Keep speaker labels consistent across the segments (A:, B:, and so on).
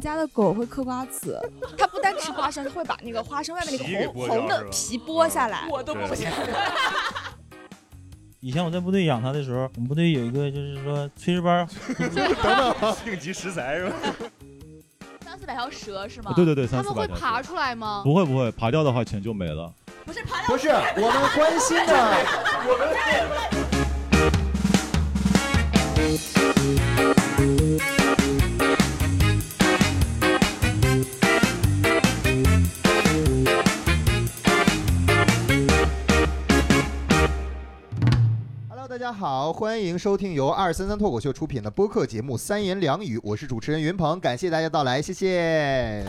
A: 家的狗会嗑瓜 子，它不单吃花生，它会把那个花生外面那
B: 皮给
A: 个红
B: 剥掉
A: 红的
B: 是吧
A: 皮剥下来。
C: 我都不行。
D: 以前我在部队养它的时候，我们部队有一个就是说炊事班，
B: 应急食材是吧？
E: 三四百条蛇是吗
F: 啊？对对对，
E: 他
F: 三四
E: 们
F: 百
E: 会
F: 条
E: 爬出来吗？
F: 不会不会，爬掉的话钱就没了。
E: 不是爬
G: 不是我们关心的，
B: 我们
G: 大家好，欢迎收听由二三三脱口秀出品的播客节目《三言两语》，我是主持人云鹏，感谢大家到来，谢谢。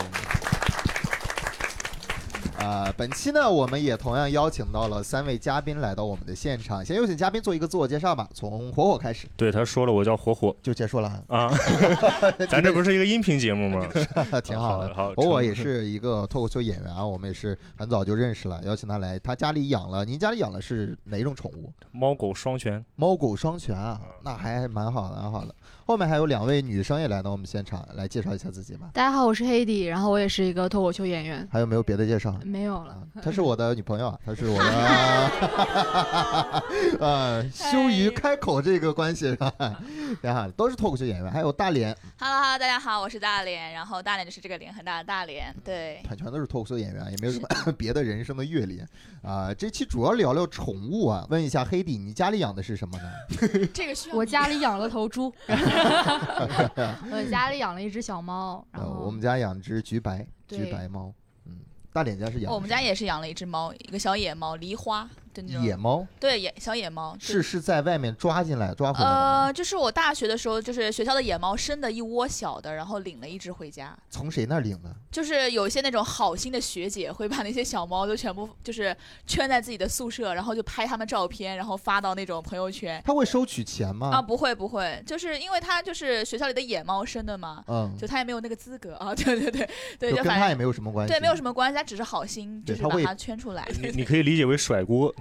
G: 呃，本期呢，我们也同样邀请到了三位嘉宾来到我们的现场，先有请嘉宾做一个自我介绍吧，从火火开始
B: 对他说了，我叫火火
G: 就结束了，
B: 啊，咱这不是一个音频节目吗？
G: 挺好的。
B: 好，
G: 火火也是一个脱口秀演员啊，我们也是很早就认识了，邀请他来，他家里养了，您家里养的是哪种宠物？
B: 猫狗双全，
G: 猫狗双全啊，那还蛮好的，蛮好的。后面还有两位女生也来到我们现场，来介绍一下自己吧。
H: 大家好，我是黑迪，然后我也是一个脱口秀演员。
G: 还有没有别的介绍？啊
H: 没有了，
G: 她是我的女朋友 啊，她是我的， 呃，羞于开口这个关系是吧？
E: 哎
G: 然后都是脱口秀演员，还有大连，
E: Hello Hello，大家好，我是大连，然后大连就是这个脸很大的大连，对，
G: 全全都是脱口秀演员，也没有什
E: 哎
G: 么 别的人生的阅历啊、这期主要聊聊宠物啊，问一下黑弟，你家里养的是什么呢？
E: 这个需要
H: 我家里养了 头猪，我家里养了一只小猫，然
G: 呃，
H: 后
E: 哦
G: 我们家养只橘白，橘
H: 对
G: 白猫，嗯，大连家是养
E: 哦我们家也是养了一只猫，一个小野猫，狸花，对那
G: 野
E: 种，
G: 猫。
E: 对野小野猫，对
G: 是是在外面抓进来抓回来的吗，
E: 呃，就是我大学的时候，就是学校的野猫生的一窝小的，然后领了一只回家。
G: 从谁那儿领的？
E: 就是有一些那种好心的学姐会把那些小猫都全部就是圈在自己的宿舍，然后就拍他们照片，然后发到那种朋友圈。
G: 他会收取钱
E: 啊，
G: 吗？
E: 不会不会，就是因为它就是学校里的野猫生的嘛，
G: 嗯，
E: 就它也没有那个资格啊。 对对对对，就
G: 就跟
E: 反
G: 他也
E: 正
G: 没有什么关系。
E: 对没有什么关系，它只是好心，
G: 对
E: 就是
G: 它
E: 把
G: 会嗯
E: 它圈出来。
B: 你你可以理解为甩锅，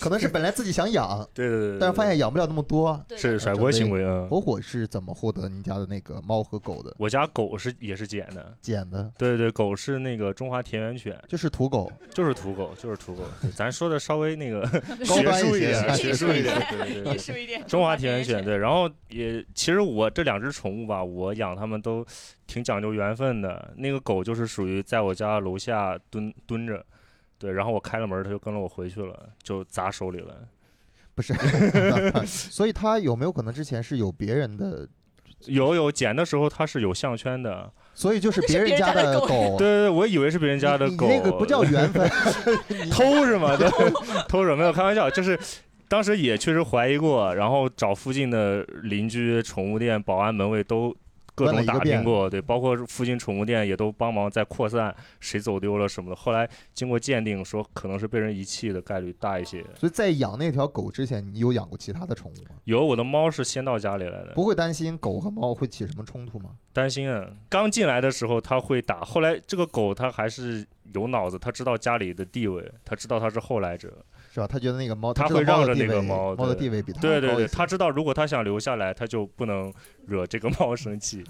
G: 可能是本来自己想养，
B: 对对对，
G: 但是发现养不了那么多。
E: 对
B: 是甩锅行为啊。
G: 火火是怎么获得您家的那个猫和狗的？
B: 我家狗是也是捡的，
G: 捡的，
B: 对对，狗是那个中华田园犬，
G: 就是土 狗，
B: 就是土狗，就是土狗。对咱说的稍微那个
G: 高
B: 学
G: 端
B: 术
G: 一些啊
B: 点，啊
G: 学
B: 学
G: 术
B: 术
G: 一
B: 一点，
G: 点
B: 对对
E: 艺
B: 对。
E: 术一点，
B: 中华田园犬对，然后也其实我这两只宠物吧，我养它们都挺讲究缘分的。那个狗就是属于在我家楼下蹲蹲着，对，然后我开了门，它就跟了我回去了，就砸手里了。
G: 不是？ 所以它有没有可能之前是有别人的？
B: 有有捡的时候它是有项圈的，
G: 所以就是别人
E: 那
G: 家
E: 是别人家 的狗
G: 狗。
B: 对
G: 啊
B: 对对，我以为是别人家的
G: 你
B: 狗，啊
G: 你那个不叫缘 分，
B: 偷是 吗？对，偷什么？没有开玩笑，就是当时也确实怀疑过，然后找附近的邻居、宠物店、保安、门卫都各
G: 问了
B: 种
G: 一个
B: 打
G: 遍
B: 听过，对，包括附近宠物店也都帮忙在扩散谁走丢了什么的。后来经过鉴定，说可能是被人遗弃的概率大一些。
G: 所以在养那条狗之前，你有养过其他的宠物吗？
B: 有我的猫是先到家里来的，
G: 不会担心狗和猫会起什么冲突吗？
B: 担心啊。刚进来的时候它会打，后来这个狗它还是有脑子，它知道家里的地位，它知道它是后来者。
G: 是吧？他觉得那个猫，
B: 它
G: 知道
B: 会让
G: 猫
B: 着
G: 的地
B: 那个
G: 位
B: 猫
G: 猫的
B: 对
G: 地位比它
B: 对对
G: 高一
B: 对，
G: 些
B: 他知道如果他想留下来，他就不能惹这个猫生气。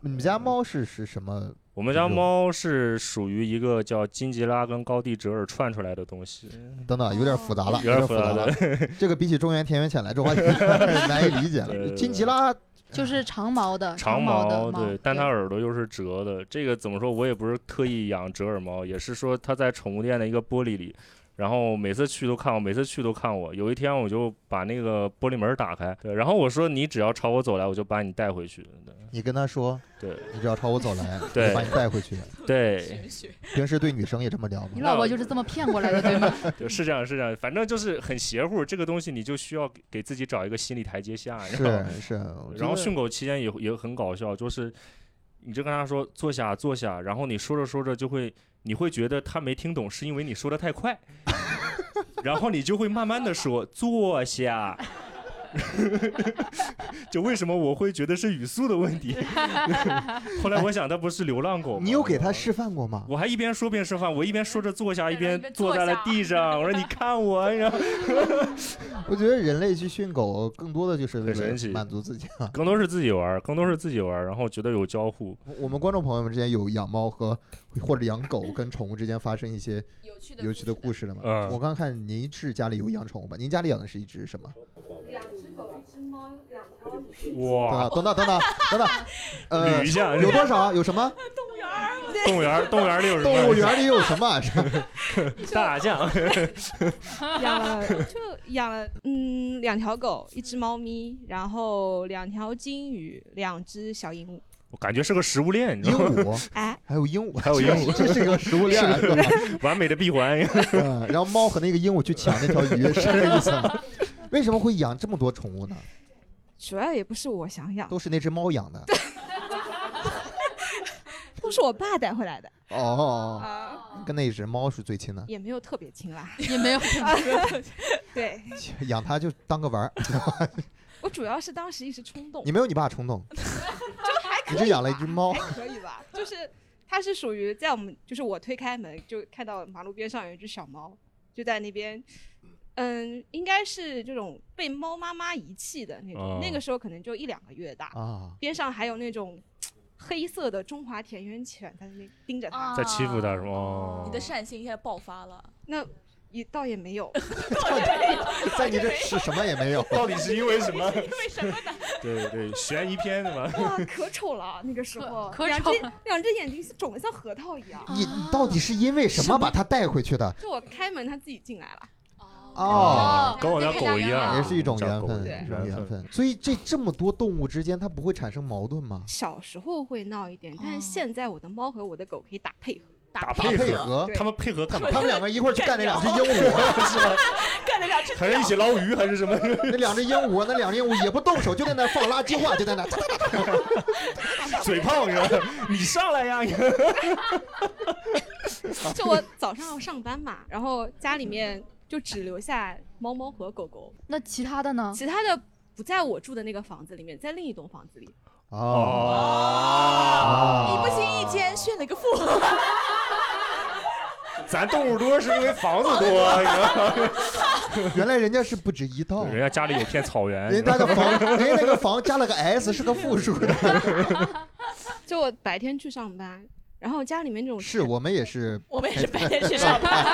G: 你们家猫是嗯是什么？
B: 我们家猫是属于一个叫金吉拉跟高地折耳串出来的东西，
G: 等等，有点复杂了，
B: 哦有点
G: 复
B: 复杂
G: 杂了。这个比起中原田园犬来，这话 难以理解
B: 对对
G: 了。
B: 对
G: 金吉拉
H: 就是长毛的
B: 长
H: 毛的猫，
B: 对，但它耳朵又是折的。这个怎么说？我也不是特意养折耳猫，也是说它在宠物店的一个玻璃里，然后每次去都看我，每次去都看我。有一天我就把那个玻璃门打开，对，然后我说你只要朝我走来，我就把你带回去。
G: 你跟他说，
B: 对
G: 你只要朝我 走来，
B: 对
G: 我把你带回去。
B: 对对，
E: 玄学
G: 平时对女生也这么聊
H: 你
G: 吗？
H: 老婆就是这么骗过来的，对吗？
B: 就是这样，是这样，反正就是很邪乎。这个东西你就需要给给自己找一个心理台阶下，啊然后
G: 是是，我觉
B: 然后
G: 得
B: 训狗期间也也很搞笑，就是你就跟他说坐下坐下，然后你说着说着就会，你会觉得他没听懂，是因为你说的太快， 然后你就会慢慢的说坐下。 就为什么我会觉得是语速的问题？ 后来我想，它不是流浪狗吗
G: 你有给他示范过吗？
B: 我还一边说边吃饭，我一边说着坐下，一
E: 对然后一
B: 边
E: 边
B: 坐
E: 坐
B: 在了
E: 下
B: 地上。我说你看我，然后
G: 我觉得人类去训狗，更多的就是为
B: 很神
G: 了
B: 奇
G: 满足自己。
B: 更多是自己玩儿，更多是自己玩儿，然后觉得有交互。
G: 我们观众朋友们之间有养猫和或者养狗跟宠物之间发生一些
E: 有趣
G: 有趣的故
E: 事。
G: 事了吗？
B: 嗯
G: 我刚看您是家里有养宠物吧？您家里养的是一只什么？
B: 哇，
G: 啊，等等等等 等等，呃
B: 捋一，下，
G: 有多少啊？有 什么？
B: 动物园儿，动物园儿里有什么？
G: 动物园里有什么啊？是
B: 大象，
C: 养了就养了，嗯，两条狗，一只猫咪，然后两条金鱼，两只小鹦鹉。
B: 我感觉是个食物链，你知
G: 鹦
B: 道吗？
G: 鹉，
C: 哎，
G: 还有鹦鹉，
B: 还有鹦鹉
G: 这是一个食物链啊，是吧？
B: 完美的闭 环。
G: 嗯，然后猫和那个鹦鹉去抢那条鱼，是这个意思吗？ 为什么会养这么多宠物呢？
C: 主要也不是我想养，
G: 都是那只猫养的。
C: 都是我爸带回来的
G: 哦，
C: 啊，
G: 跟那只猫是最亲的，
C: 也没有特别亲啦。
H: 也没有
C: 对
G: 养它就当个玩儿。
C: 我主要是当时一时冲动
G: 你，没有你爸冲动，你就养了一只 猫。
C: 还可以吧，就是它是属于在我们，就是我推开门就看到马路边上有一只小猫，就在那边。嗯，应该是这种被猫妈妈遗弃的那种，
B: 哦
C: 那个时候可能就一两个月大，
G: 啊，
C: 边上还有那种黑色的中华田园犬在那边盯着它，
E: 啊
B: 在欺负他是吗哦
E: 你的善心一下爆发了，
C: 那也倒也没有，
G: 在 你这是什么也没有。
B: 到底是因为什么？
E: 为什么呢？
B: 对对，悬疑片的嘛。
C: 哇，可丑了那个时候，
H: 可可
C: 两
H: 丑
C: 只两只眼睛肿得像核桃一样。
G: 你你到底是因为什么把它带回去的？
C: 就我开门，它自己进来了。
G: 哦
B: 跟我家狗一样
G: 也是一种缘
B: 找狗
G: 分，
C: 对
G: 一种
B: 缘
G: 缘分。所以这这么多动物之间，它不会产生矛盾吗？
C: 小时候会闹一点，但是
E: 哦
C: 现在我的猫和我的狗可以打配合，
B: 打
G: 打
B: 配
G: 配
B: 合，
G: 合
C: 对，
B: 他们配合干嘛？
G: 他们两个一会儿去干那两只鹦 鹉，
E: 干了两只
B: 还是一起捞鱼还是什么？
G: 那两只鹦鹉，那两只鹦鹉也不动手，就在那放垃圾话，就在那。
B: 嘴炮你知道吗？你上来呀！你
E: 哦
C: 就我早上要上班嘛，然后家里面就只留下猫猫和狗狗，
H: 那其他的
E: 哦
H: 呢？
C: 其他的不在我住的那个房子里面，在另一栋房子里。
G: 哦，啊
E: 你不经意间炫了个富，
B: 咱动物多是因为房子多啊，你知道吗
G: 原来人家是不止一套，
B: 人家家里有片草原，
G: 哦 人家的房， 人家那个房加了个 s 是个复 数的。
C: 就我白天去上班，然后家里面这种
G: 是我们也 是，啊哎
E: 我们也是白天去上 班，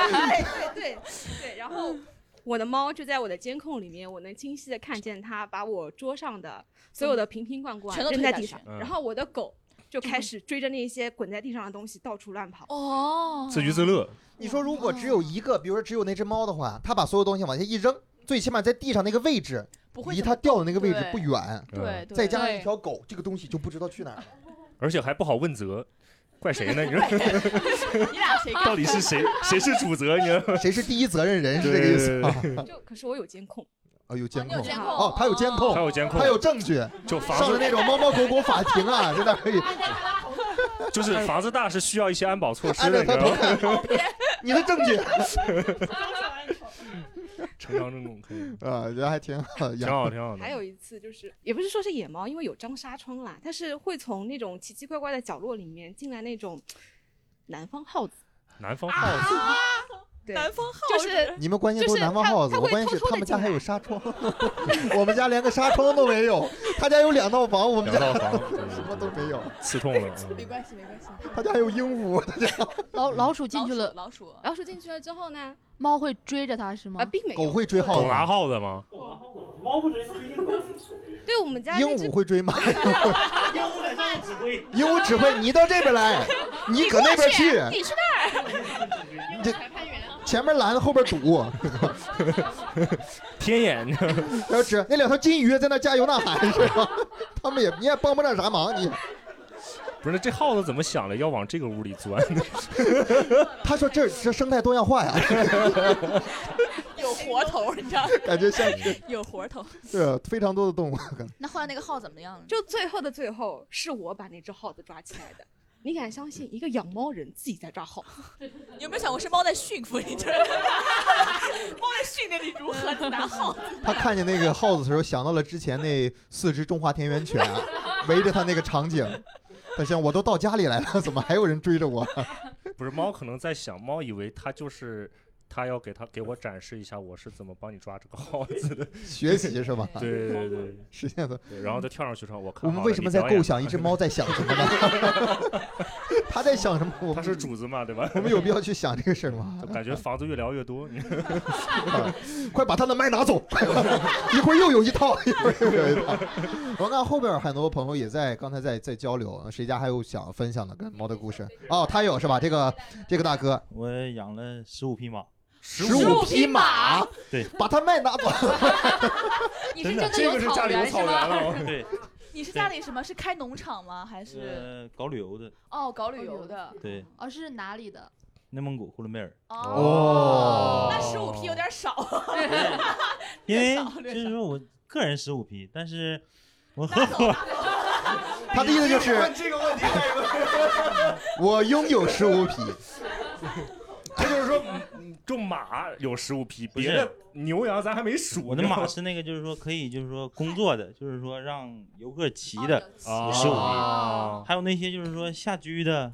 C: 对对对，然后我的猫就在我的监控里面，我能清晰的看见它把我桌上的所有的瓶瓶罐罐
E: 嗯全都
C: 扔
E: 推
C: 在
E: 下
C: 地
E: 去
C: 上，
B: 嗯
C: 然后我的狗就开始追着那些滚在地上的东西到处乱跑。
E: 哦
B: 自娱自乐。
G: 你说如果只有一个，比如说只有那只猫的话，它把所有东西往下一扔，最起码在地上那个位置，
E: 不会
G: 离
E: 怎么
G: 它掉的那个位置
E: 对
G: 不远。
E: 对
B: 嗯，
E: 对，
G: 再加上
H: 对
G: 一条狗，这个东西就不知道去哪儿了。
B: 而且还不好问责，怪 谁呢？你说
E: 你俩谁干
B: 到底是谁？谁是主责？你知道吗？
G: 谁是第一责任人是这个意思哦吗？
E: 嗯
C: 就可是我有监控，
G: 哦，有监
E: 你有
G: 控，
E: 监控
G: 哦，他有监控
B: 还，有监控
G: 他，有证据，
B: 就房
G: 上了
B: 子
G: 那种猫猫狗狗法庭啊，在那可以
B: 就是房子大是需要一些安保措施
G: 按
B: 的，
G: 照
B: 你知
G: 他
B: 道
G: 头
B: 吗？
G: 看， 你的证据
B: 承当正供可 以，
G: 啊，人还挺好，
B: 挺
G: 养
B: 好挺好的。
C: 还有一次就是，也不是说是野猫，因为有张纱窗啦，它是会从那种奇奇怪怪的角落里面进来那种南方耗子，
B: 南方耗子，
C: 啊 对，
E: 南方号
C: 就是
G: 你们关心都是南方耗子，
C: 就是他
G: 我关心是
C: 他会偷偷地
G: 他们家还有
C: 进
G: 纱窗， 我们家连个纱窗都没有，他家有两套房，我们
B: 两
G: 家
B: 套房，
G: 什么都没有，
B: 刺痛 了。嗯
E: 没关系没关系，
G: 他家还有鹦鹉，他家
H: 老老鼠进去
E: 老鼠
H: 了，
E: 老鼠，
C: 老鼠进去了之后呢，
H: 猫会追着它是吗
C: 啊，？并
E: 哎
C: 没
G: 狗
C: 有，
G: 会追耗
B: 狗拿
G: 子，
B: 耗子吗？
C: 对我们家
G: 鹦
C: 那只
G: 鹉会追吗？鹦鹉指挥，你到这边来，你搁那边去，
E: 你去那
G: 这前面拦，后边堵。
B: 天眼，
G: 然后指那两条金鱼在那加油呐喊，是吧？他们也你也帮不上啥忙，你
B: 不是这耗子怎么想的？要往这个屋里钻？
G: 他说这这生态多样化呀，
E: 儿有活头儿，你知道吗，
G: 感觉像是
E: 有活头儿。
G: 对非常多的动物。
E: 那后来那个号怎么样了？
C: 就最后的最后，是我把那只耗子抓起来的。你敢相信一个养猫人自己在抓耗子？
E: 你有没有想过是猫在驯服你？就是 猫在训练你如何拿 号。
G: 他看见那个耗子的时候，想到了之前那四只中华田园犬围着他那个场景。 他想，我都到家里来了，怎么还有人追着我？
B: 不是猫可能在想，猫以为它就是。他要给他给我展示一下我是怎么帮你抓这个耗子 的。
G: 学习是吧？
B: 对对对
G: 是这样的。
B: 对，然后再跳上去说，我看
G: 我们为什么在构想一只猫在想什么呢？ 它在想什么？我
B: 他
G: 们
B: 是主子嘛，对 吧？
G: 我们有必要去想这个事儿 吗？啊
B: 感觉房子越聊越多，你
G: 快把他的麦拿走， 一会儿又有一套，一会儿又有一套。我看后边很多朋友也在刚才在在交流，谁家还有想分享的跟猫的故事？哦，他有是吧？这个这个大哥，
D: 我养了十五匹马，
G: 十五匹马，
D: 对，
G: 把他麦 拿走。
H: 你
D: 真的
B: 这个是家里有草原了
F: 哦
B: 吗。
D: 对，
E: 你是家里什么是开农场吗？还是
D: 呃，搞旅游的，
E: 哦搞旅游的？哦
D: 对，
H: 哦，是哪里的？
D: 内蒙古呼伦贝 尔，
G: 哦
E: 那十五匹有点少，
D: 因为
E: 少略
D: 就是
E: 少
D: 说我个人十五匹，但是我合
E: 拿走
D: 伙，
E: 拿走
G: 他的意思就是
I: 这个问题，
G: 我拥有十五匹，
B: 他就是说，嗯就马有十五匹，
D: 不是
B: 别的牛羊咱还没数。
D: 我的马是那个就是说可以就是说工作的，就是说让游客骑
E: 哦
D: 的，
B: 啊，
D: 十五匹
B: 啊，
D: 还有那些就是说下居的，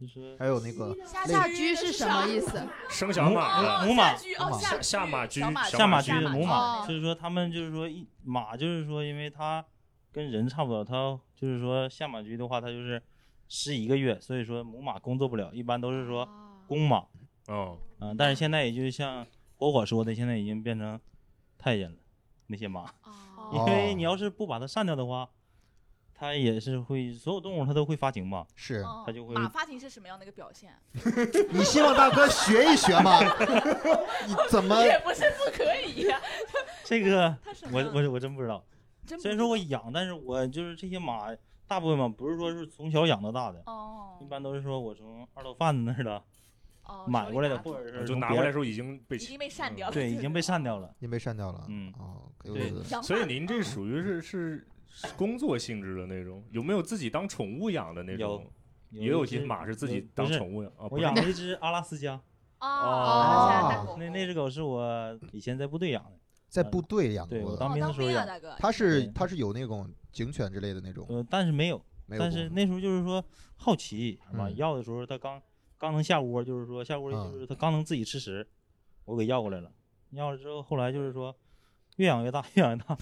D: 就是
G: 还有那个
H: 下下居是什么意思？
B: 生小马的
E: 哦
D: 母马
E: 下居哦
G: 母马
E: 下
B: 下马居
E: 小
B: 小
D: 下
B: 马
D: 马
B: 驹
D: 驹的母马，
H: 哦
D: 就是说他们就是说一马就是说，因为它跟人差不多，它就是说下马驹的话，它就是十一个月，所以说母马工作不了，一般都是说
H: 哦
D: 公马，
B: 嗯，
D: 嗯、但是现在也就像火火说的，现在已经变成太监了，那些马，
H: 哦，
D: 因为你要是不把它散掉的话，它也是会所有动物它都会发情嘛，
G: 是
E: 哦
D: 它就会
E: 马发情是什么样的一个表现？
G: 你希望大哥学一学吗？ 你怎 么
E: 也不是不可以呀，
D: 这个
E: 它什么
D: 我
E: 样的？
D: 我我真不知道。
E: 真不
D: 虽然说我养，但是我就是这些马，大部分嘛，不是说是从小养到大的，
E: 哦
D: 一般都是说我从二道贩子那儿的
E: 哦
D: 买过来的，
E: 手里
D: 或
E: 拿
D: 者
B: 我
D: 是
B: 就
D: 从
B: 拿
D: 别
B: 过来的
D: 人
B: 时候已经被
E: 已经被散
B: 嗯
E: 掉了，
D: 对，已经被散掉了。
G: 你被删掉了？
D: 嗯
G: 哦，有
D: 对
G: 意思。
E: 养
B: 所以
E: 马
B: 您这属于是是是工作性质的那种，有没有自己当宠物养的那种
D: 有？
B: 也
D: 有
B: 有
D: 一
B: 些
D: 只
B: 马是自
D: 有
B: 己当
D: 不是
B: 宠物养啊，不
D: 我
B: 是
D: 养了一只阿拉斯加，
E: 哦，
G: 哦
E: 大狗
D: 那那只狗是我以前在部队养的，
G: 在部队养
D: 对
G: 过
D: 我
G: 的，
D: 当兵的时候
E: 啊，
D: 养，
E: 大哥，
G: 他是
D: 对
G: 他是有那种警犬之类的那种，
D: 呃，但是没有，
G: 没有
D: 但
G: 过
D: 是那时候就是说好奇嘛，
G: 嗯
D: 要的时候它刚刚能下窝，就是说下窝
G: 嗯
D: 就是它刚能自己吃食，我给要过来了，要了之后后来就是说越养越大，越养越 大，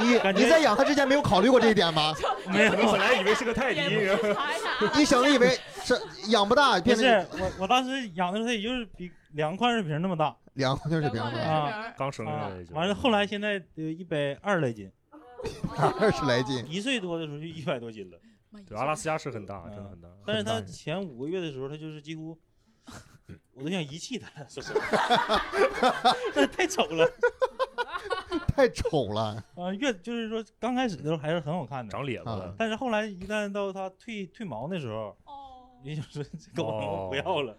G: 你
D: 感觉
G: 你在养它之前没有考虑过这一 点吗？
D: 没有
B: 我本来以为是个泰迪，然后
E: 查一下啊，
G: 你想的以为是养不大
D: 不
G: 变
D: 是
G: 成
D: 我，我当时养的时候它也就是比两个矿泉水瓶那么大，
G: 两公斤水平
E: 两
G: 了，
D: 啊
E: 个人
B: 刚生下
D: 啊
B: 来就。
D: 完了后来现在有一百二来斤，
G: 二十来斤。
D: 一岁多的时候就一百多斤了，
B: 对阿拉斯加是很大，真的很大。
D: 但是
G: 很大
D: 它
G: 人
D: 前五个月的时候，它就是 几乎我都想遗弃它了，是不是？ 那太丑了
G: 太丑了，
D: 啊！越就是说刚开始的时候还是很好看的，
B: 长咧巴了，
D: 但是后来一旦到它退褪毛那时候，
E: 哦，
D: 也就是 这狗
B: 哦
D: 我不要 了，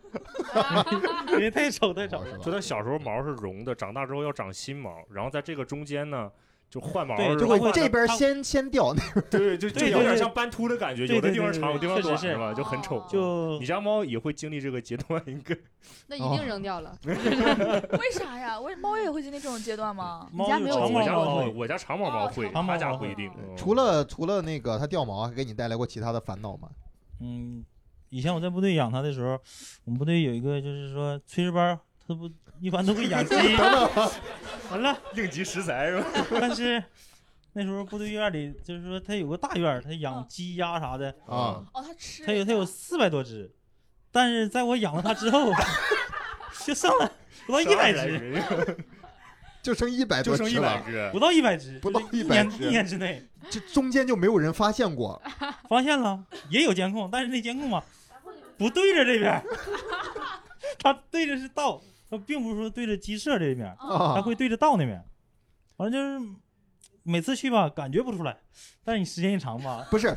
D: 因为太丑太丑
G: 好
D: 了。
B: 就
G: 吧？
B: 它小时候毛是绒的，长大之后要长新毛，然后在这个中间呢，就换毛
D: 对
B: 是
G: 就
D: 会
G: 会这边先先掉，那
B: 对，就就
D: 对
B: 有
D: 对
B: 点
D: 对
B: 像斑秃的感觉，
D: 对
B: 有的
D: 对
B: 地方
D: 对
B: 长，有
D: 对
B: 地方
D: 确实
B: 短，
D: 是
B: 吧？就很丑。
D: 就
B: 哦你家猫也会经历这个阶段，应该
H: 那一定扔掉了。
E: 为啥呀？为猫也会经历这种阶段吗？
D: 猫
H: 家
D: 就
H: 没有
B: 哦
D: 长
H: 长
B: 我
D: 毛
B: 家
D: 猫
B: 猫，
D: 会
B: 我家长毛猫会，
E: 哦
D: 长毛
B: 他家
D: 猫
B: 不一定。
E: 会
B: 嗯
G: 除了除了那个它掉毛，还给你带来过其他的烦恼吗？
D: 嗯，以前我在部队养它的时候，我们部队有一个就是说炊事班，它不一般都会 养鸡，完了，
B: 应急食材是吧？
D: 但是那时候部队院里就是说它有个大院儿，它养鸡鸭啥的，
G: 啊，
E: 哦，它吃，
D: 它有它有四百多只，但是在我养了它之后， 就剩了不到一百只，
B: 只，
G: 就剩一 百
B: 就
G: 多
B: 剩一
G: 只
B: 百
G: 了，
B: 只。
D: 不到一百只，
G: 不到
D: 就是一
G: 100
D: 年
G: 只
D: 一年之内
G: 这中间就没有人发现过，
D: 发现了，也有监控，但是那监控吧不对着这边儿， 它对着是道，它并不是说对着鸡舍这边儿，
G: 啊
D: 它会对着道那边儿，完了就是。每次去吧，感觉不出来，但是你时间一长吧，
G: 不是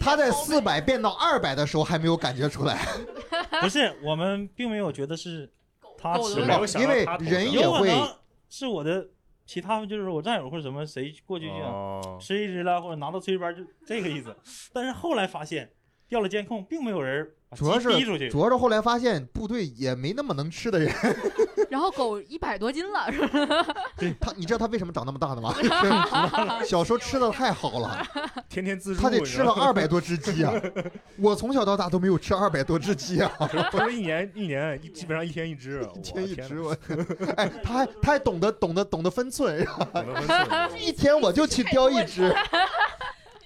G: 它在四百变到二百的时候还没有感觉出来，
D: 不是我们并没有觉得是它
E: 狗
D: 吃
E: 的
D: 的
E: 味
B: 没，有想
G: 因
B: 到
G: 为
B: 它头
G: 人
B: 上
G: 也
D: 有可
G: 会
D: 能是我的其他就是我战友或者什么谁过去就想
B: 哦，
D: 吃一只了，或者拿到炊事班就这个意 思。但是后来发现调了监控，并没有人把
G: 主要
D: 鸡
G: 是
D: 踢出去，
G: 主要是后来发现部队也没那么能吃的人，
H: 然然后狗一百多 斤了，
G: 它，你知道它为什么长那么大的吗？是小时候吃的太好了，
B: 天天自助，
G: 它得吃
B: 你知
G: 了
B: 道吗
G: 二百多只鸡啊！我从小到大都没有吃二百多只鸡啊，
B: 不是一年一年一基本上一天一只，一
G: 天 一只我，哎，它还它还懂得懂得懂得分寸，
B: 懂得分 寸
G: 一天我就去叼一只，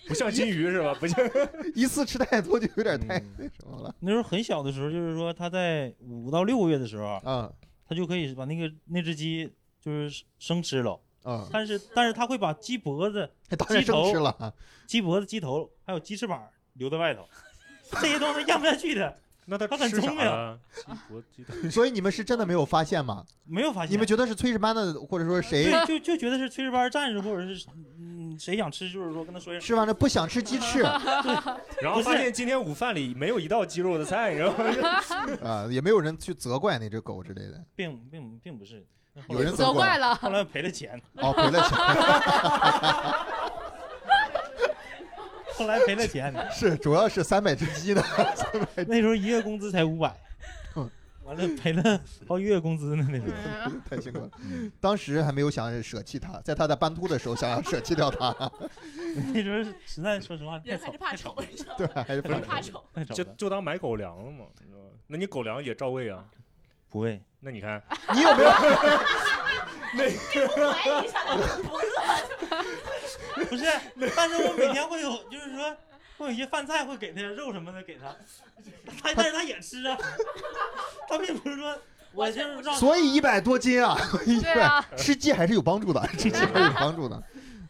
B: 不像金鱼是吧？不像嗯
G: 一次吃太多就有点太那什么了。
D: 那时候很小的时候，就是说他在五到六个月的时候，
G: 嗯，
D: 他就可以把那个那只鸡就是生吃了，
G: 嗯，
D: 但是但是他会把鸡脖子、
G: 哎当
D: 鸡
G: 然生
D: 头
G: 吃、了，啊
D: 鸡脖子、鸡头还有鸡翅膀留在 外头，这些东西咽不下去的，
B: 那它
D: 它很
B: 吃啥啊
D: 聪明啊
B: 呀？鸡脖鸡腿
G: 所以你们是真的没有发现吗？
D: 没有发现。
G: 你们觉得是炊事班的，或者说谁
D: 对，就就觉得是炊事班战士，或者是嗯谁想吃，就是说跟他说一声。
G: 吃完了不想吃鸡翅
B: 然后
D: 不是
B: 发现今天午饭里没有一道鸡肉的菜，你知道吗？
G: 啊？也没有人去责怪那只狗之类 的，
D: 并并并不是，
G: 有人
H: 责
G: 怪
H: 怪了。
D: 后来赔了钱，
G: 哦，赔了钱
D: 后来赔了钱，
G: 是主要是三百只鸡呢，
D: 那时候一个工资才五百，
G: 嗯
D: 完了赔 了好几个月工资呢，那时候。
G: 太辛苦了。当时还没有想舍弃它，在它在斑秃的时候想要舍弃掉它，
D: 那时候实在说实话，太
E: 嗯人还
D: 丑
E: 是怕丑，你 知道
G: 对，还是不
E: 吗？
G: 能
E: 怕丑，
D: 太丑
B: 就
D: 了，
B: 就当买狗粮了嘛，你知道吗？那你狗粮也照喂啊？
D: 不会。
B: 那你看，
G: 你有没有？
E: 怀疑一下都不饿。
D: 不是，但是我每天会有，就是说会有一些饭菜会给他肉什么的给他，他但是他也吃啊， 他并不是说我就是让
G: 所以一百多斤啊，
H: 对 啊，
G: 吃鸡还是有帮助的，吃鸡还是有帮助的。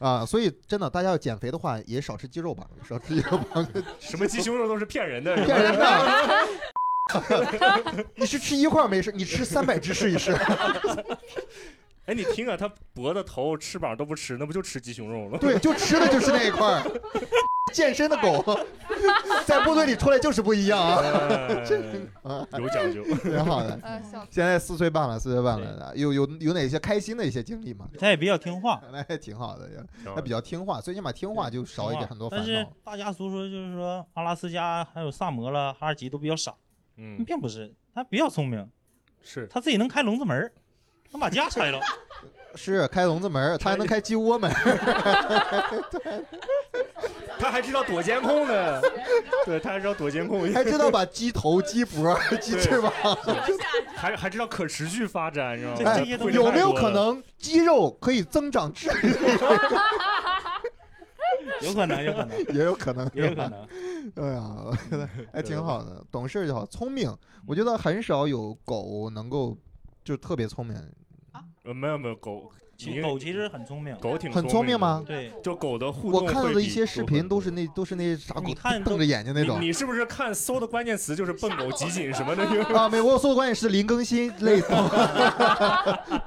G: 啊，所以真的，大家要减肥的话，也少吃鸡肉吧，少吃鸡肉吧，
B: 什么鸡胸肉都是骗人的，是吧
G: 骗人的。 你是吃一块儿没事，你吃三百只试一试。
B: 哎，你听啊，它脖子、头、翅膀都不吃，那不就吃鸡胸肉了？
G: 对，啊就吃的就是那一块儿。健身的狗在部队里出来就是不一样啊，
B: 哎有讲 究。
G: 挺好的。嗯
H: 呃，笑
G: 现在四岁半了，四岁半了，有有有哪些开心的一些经历吗？
D: 他也比较听话，
G: 那还挺好的，
B: 挺好
G: 他
B: 的
G: 比较听话，最起码听话就少一点很多
D: 啊但
G: 烦
D: 是
G: 恼。
D: 大家族说就是说阿拉斯加还有萨摩了、哈士奇都比较傻，
B: 嗯，
D: 并不是，他比较聪明，
B: 是
D: 他自己能开笼子门儿能把家 拆了，
G: 是开笼子门儿，他还能开鸡窝门儿，
B: 他还知道躲监控呢，对他还知道躲监控，
G: 还知道把鸡头、鸡脖、鸡翅膀。
B: 还还知道可持续发展，你知道吗？
G: 哎
D: 这些东西
G: 有没有
B: 太多了
G: 可？能鸡肉可以增长 智力？
D: 有可能，有可能，
G: 也有可能，
D: 也有可。 能。
G: 对啊，我觉得 还挺好的，懂事儿就好，聪明。我觉得很少有狗能够就特别聪明，
B: 呃，没有没有，狗
D: 其狗其实很聪明，
B: 狗挺
G: 很聪明吗
B: 的？
D: 对，
B: 就狗的互动
G: 我
B: 会比，
G: 看到的一些视频都是
B: 狗
G: 那都是那傻狗
D: 你看
G: 瞪着眼睛那种
B: 你。你是不是看搜的关键词就是笨狗集锦什么的？
G: 啊，美国搜索关键是林更新类似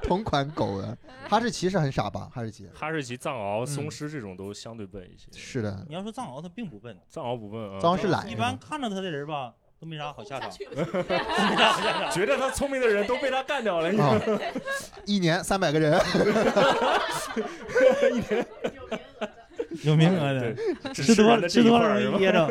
G: 同款 狗的，哈士奇是很傻吧？哈士奇
B: 哈士奇、藏獒、松狮这种都相对笨一些。
G: 嗯是的，
D: 你要说藏獒，它并不笨，
B: 藏獒不笨啊，
G: 藏獒是懒
D: 一
G: 人
D: 般
G: 嘛，
D: 看着它的人吧，都没啥好下
E: 下
D: 场。
E: 去了。
B: 觉得它聪明的人都被它干掉了。你知道吗
G: 啊，一年三百个人，
D: 有名额的，
B: 对，只
D: 吃
B: 是
D: 多
B: 人
D: 了
B: 的
D: 吃
B: 这一
D: 多
B: 块
D: 了
B: 儿是
D: 容
B: 吧
D: 易？噎着。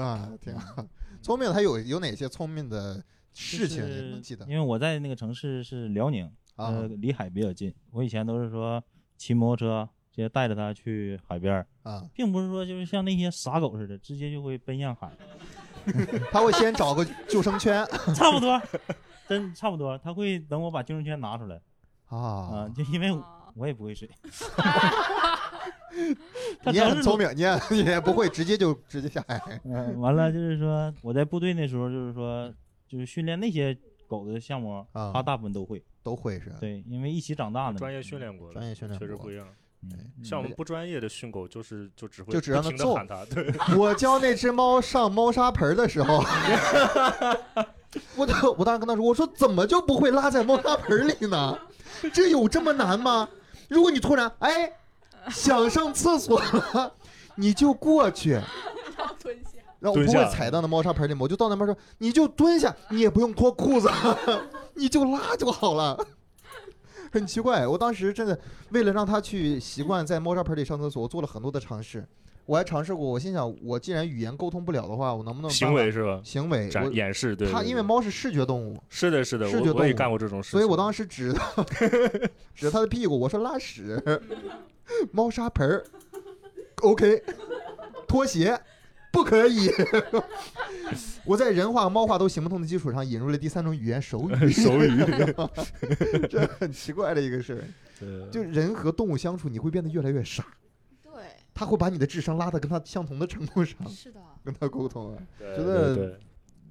G: 啊，挺好。聪明，他有有哪些聪明的 事情
D: 就是
G: 你能记得
D: 因为我在那个城市是辽宁，
G: 啊？
D: 呃，离海比较近。我以前都是说骑摩托车直接带着它去海边儿，
G: 啊，
D: 并不是说就是像那些傻狗似的，直接就会奔向海，
G: 他会先找个救生圈
D: 差不多，真差不多。它会等我把救生圈拿出来
F: 哦
D: 啊、
G: 啊。
D: 就因为我也不会 水。它
G: 你
D: 主
G: 也
D: 要
G: 很
D: 是
G: 聪明，你也 你也不会直接就直接下海
D: 嗯、完了就是说我在部队那时候就是说就是训练那些狗的项目，
G: 啊
D: 它大部分都会。
G: 都会
F: 哦
G: 是吧
D: 对，因为一起长大的
B: 专业训。练过的，
G: 专业训练
B: 确实
G: 过
B: 不一样。
D: 嗯
B: 像我们不专业的训狗，就是就只会
G: 就只让它
B: 不停地
G: 揍
B: 喊它，对，
G: 我教那只猫上猫砂盆的时候， 我当我当时跟他说：“我说怎么就不会拉在猫砂盆里呢？这有这么难吗？如果你突然哎想上厕所了，你就过去，
E: 蹲下，
G: 然后我不
B: 蹲下
G: 会踩到那猫砂盆里面，我就到那边说你就蹲下，你也不用脱裤子， 你就拉就好了。”很奇怪，我当时真的为了让他去习惯在猫砂盆里上厕所，我做了很多的尝试。我还尝试过，我心想，我既然语言沟通不了的话，我能不 能
B: 行为是吧？
G: 行为？
B: 展
G: 哎我
B: 演示对，
G: 它
B: 对
G: 因为
B: 对
G: 猫是视觉动物，
B: 是的，是的，
G: 视觉
B: 我我也
G: 动物
B: 干过这种事情，
G: 所以我当时指着 指着它的屁股，我说拉屎，猫砂盆儿，OK，拖鞋。不可以！ 我在人话、猫话都行不通的基础上，引入了第三种语言手语。
B: 手语
G: 这很奇怪的一个事儿。
B: 对
G: 就人和动物相处，你会变得越来越傻，
E: 对，
G: 它会把你的智商拉到跟它相同的程度上，
E: 是的，
G: 跟它沟通啊。
B: 对
G: 觉得
B: 对对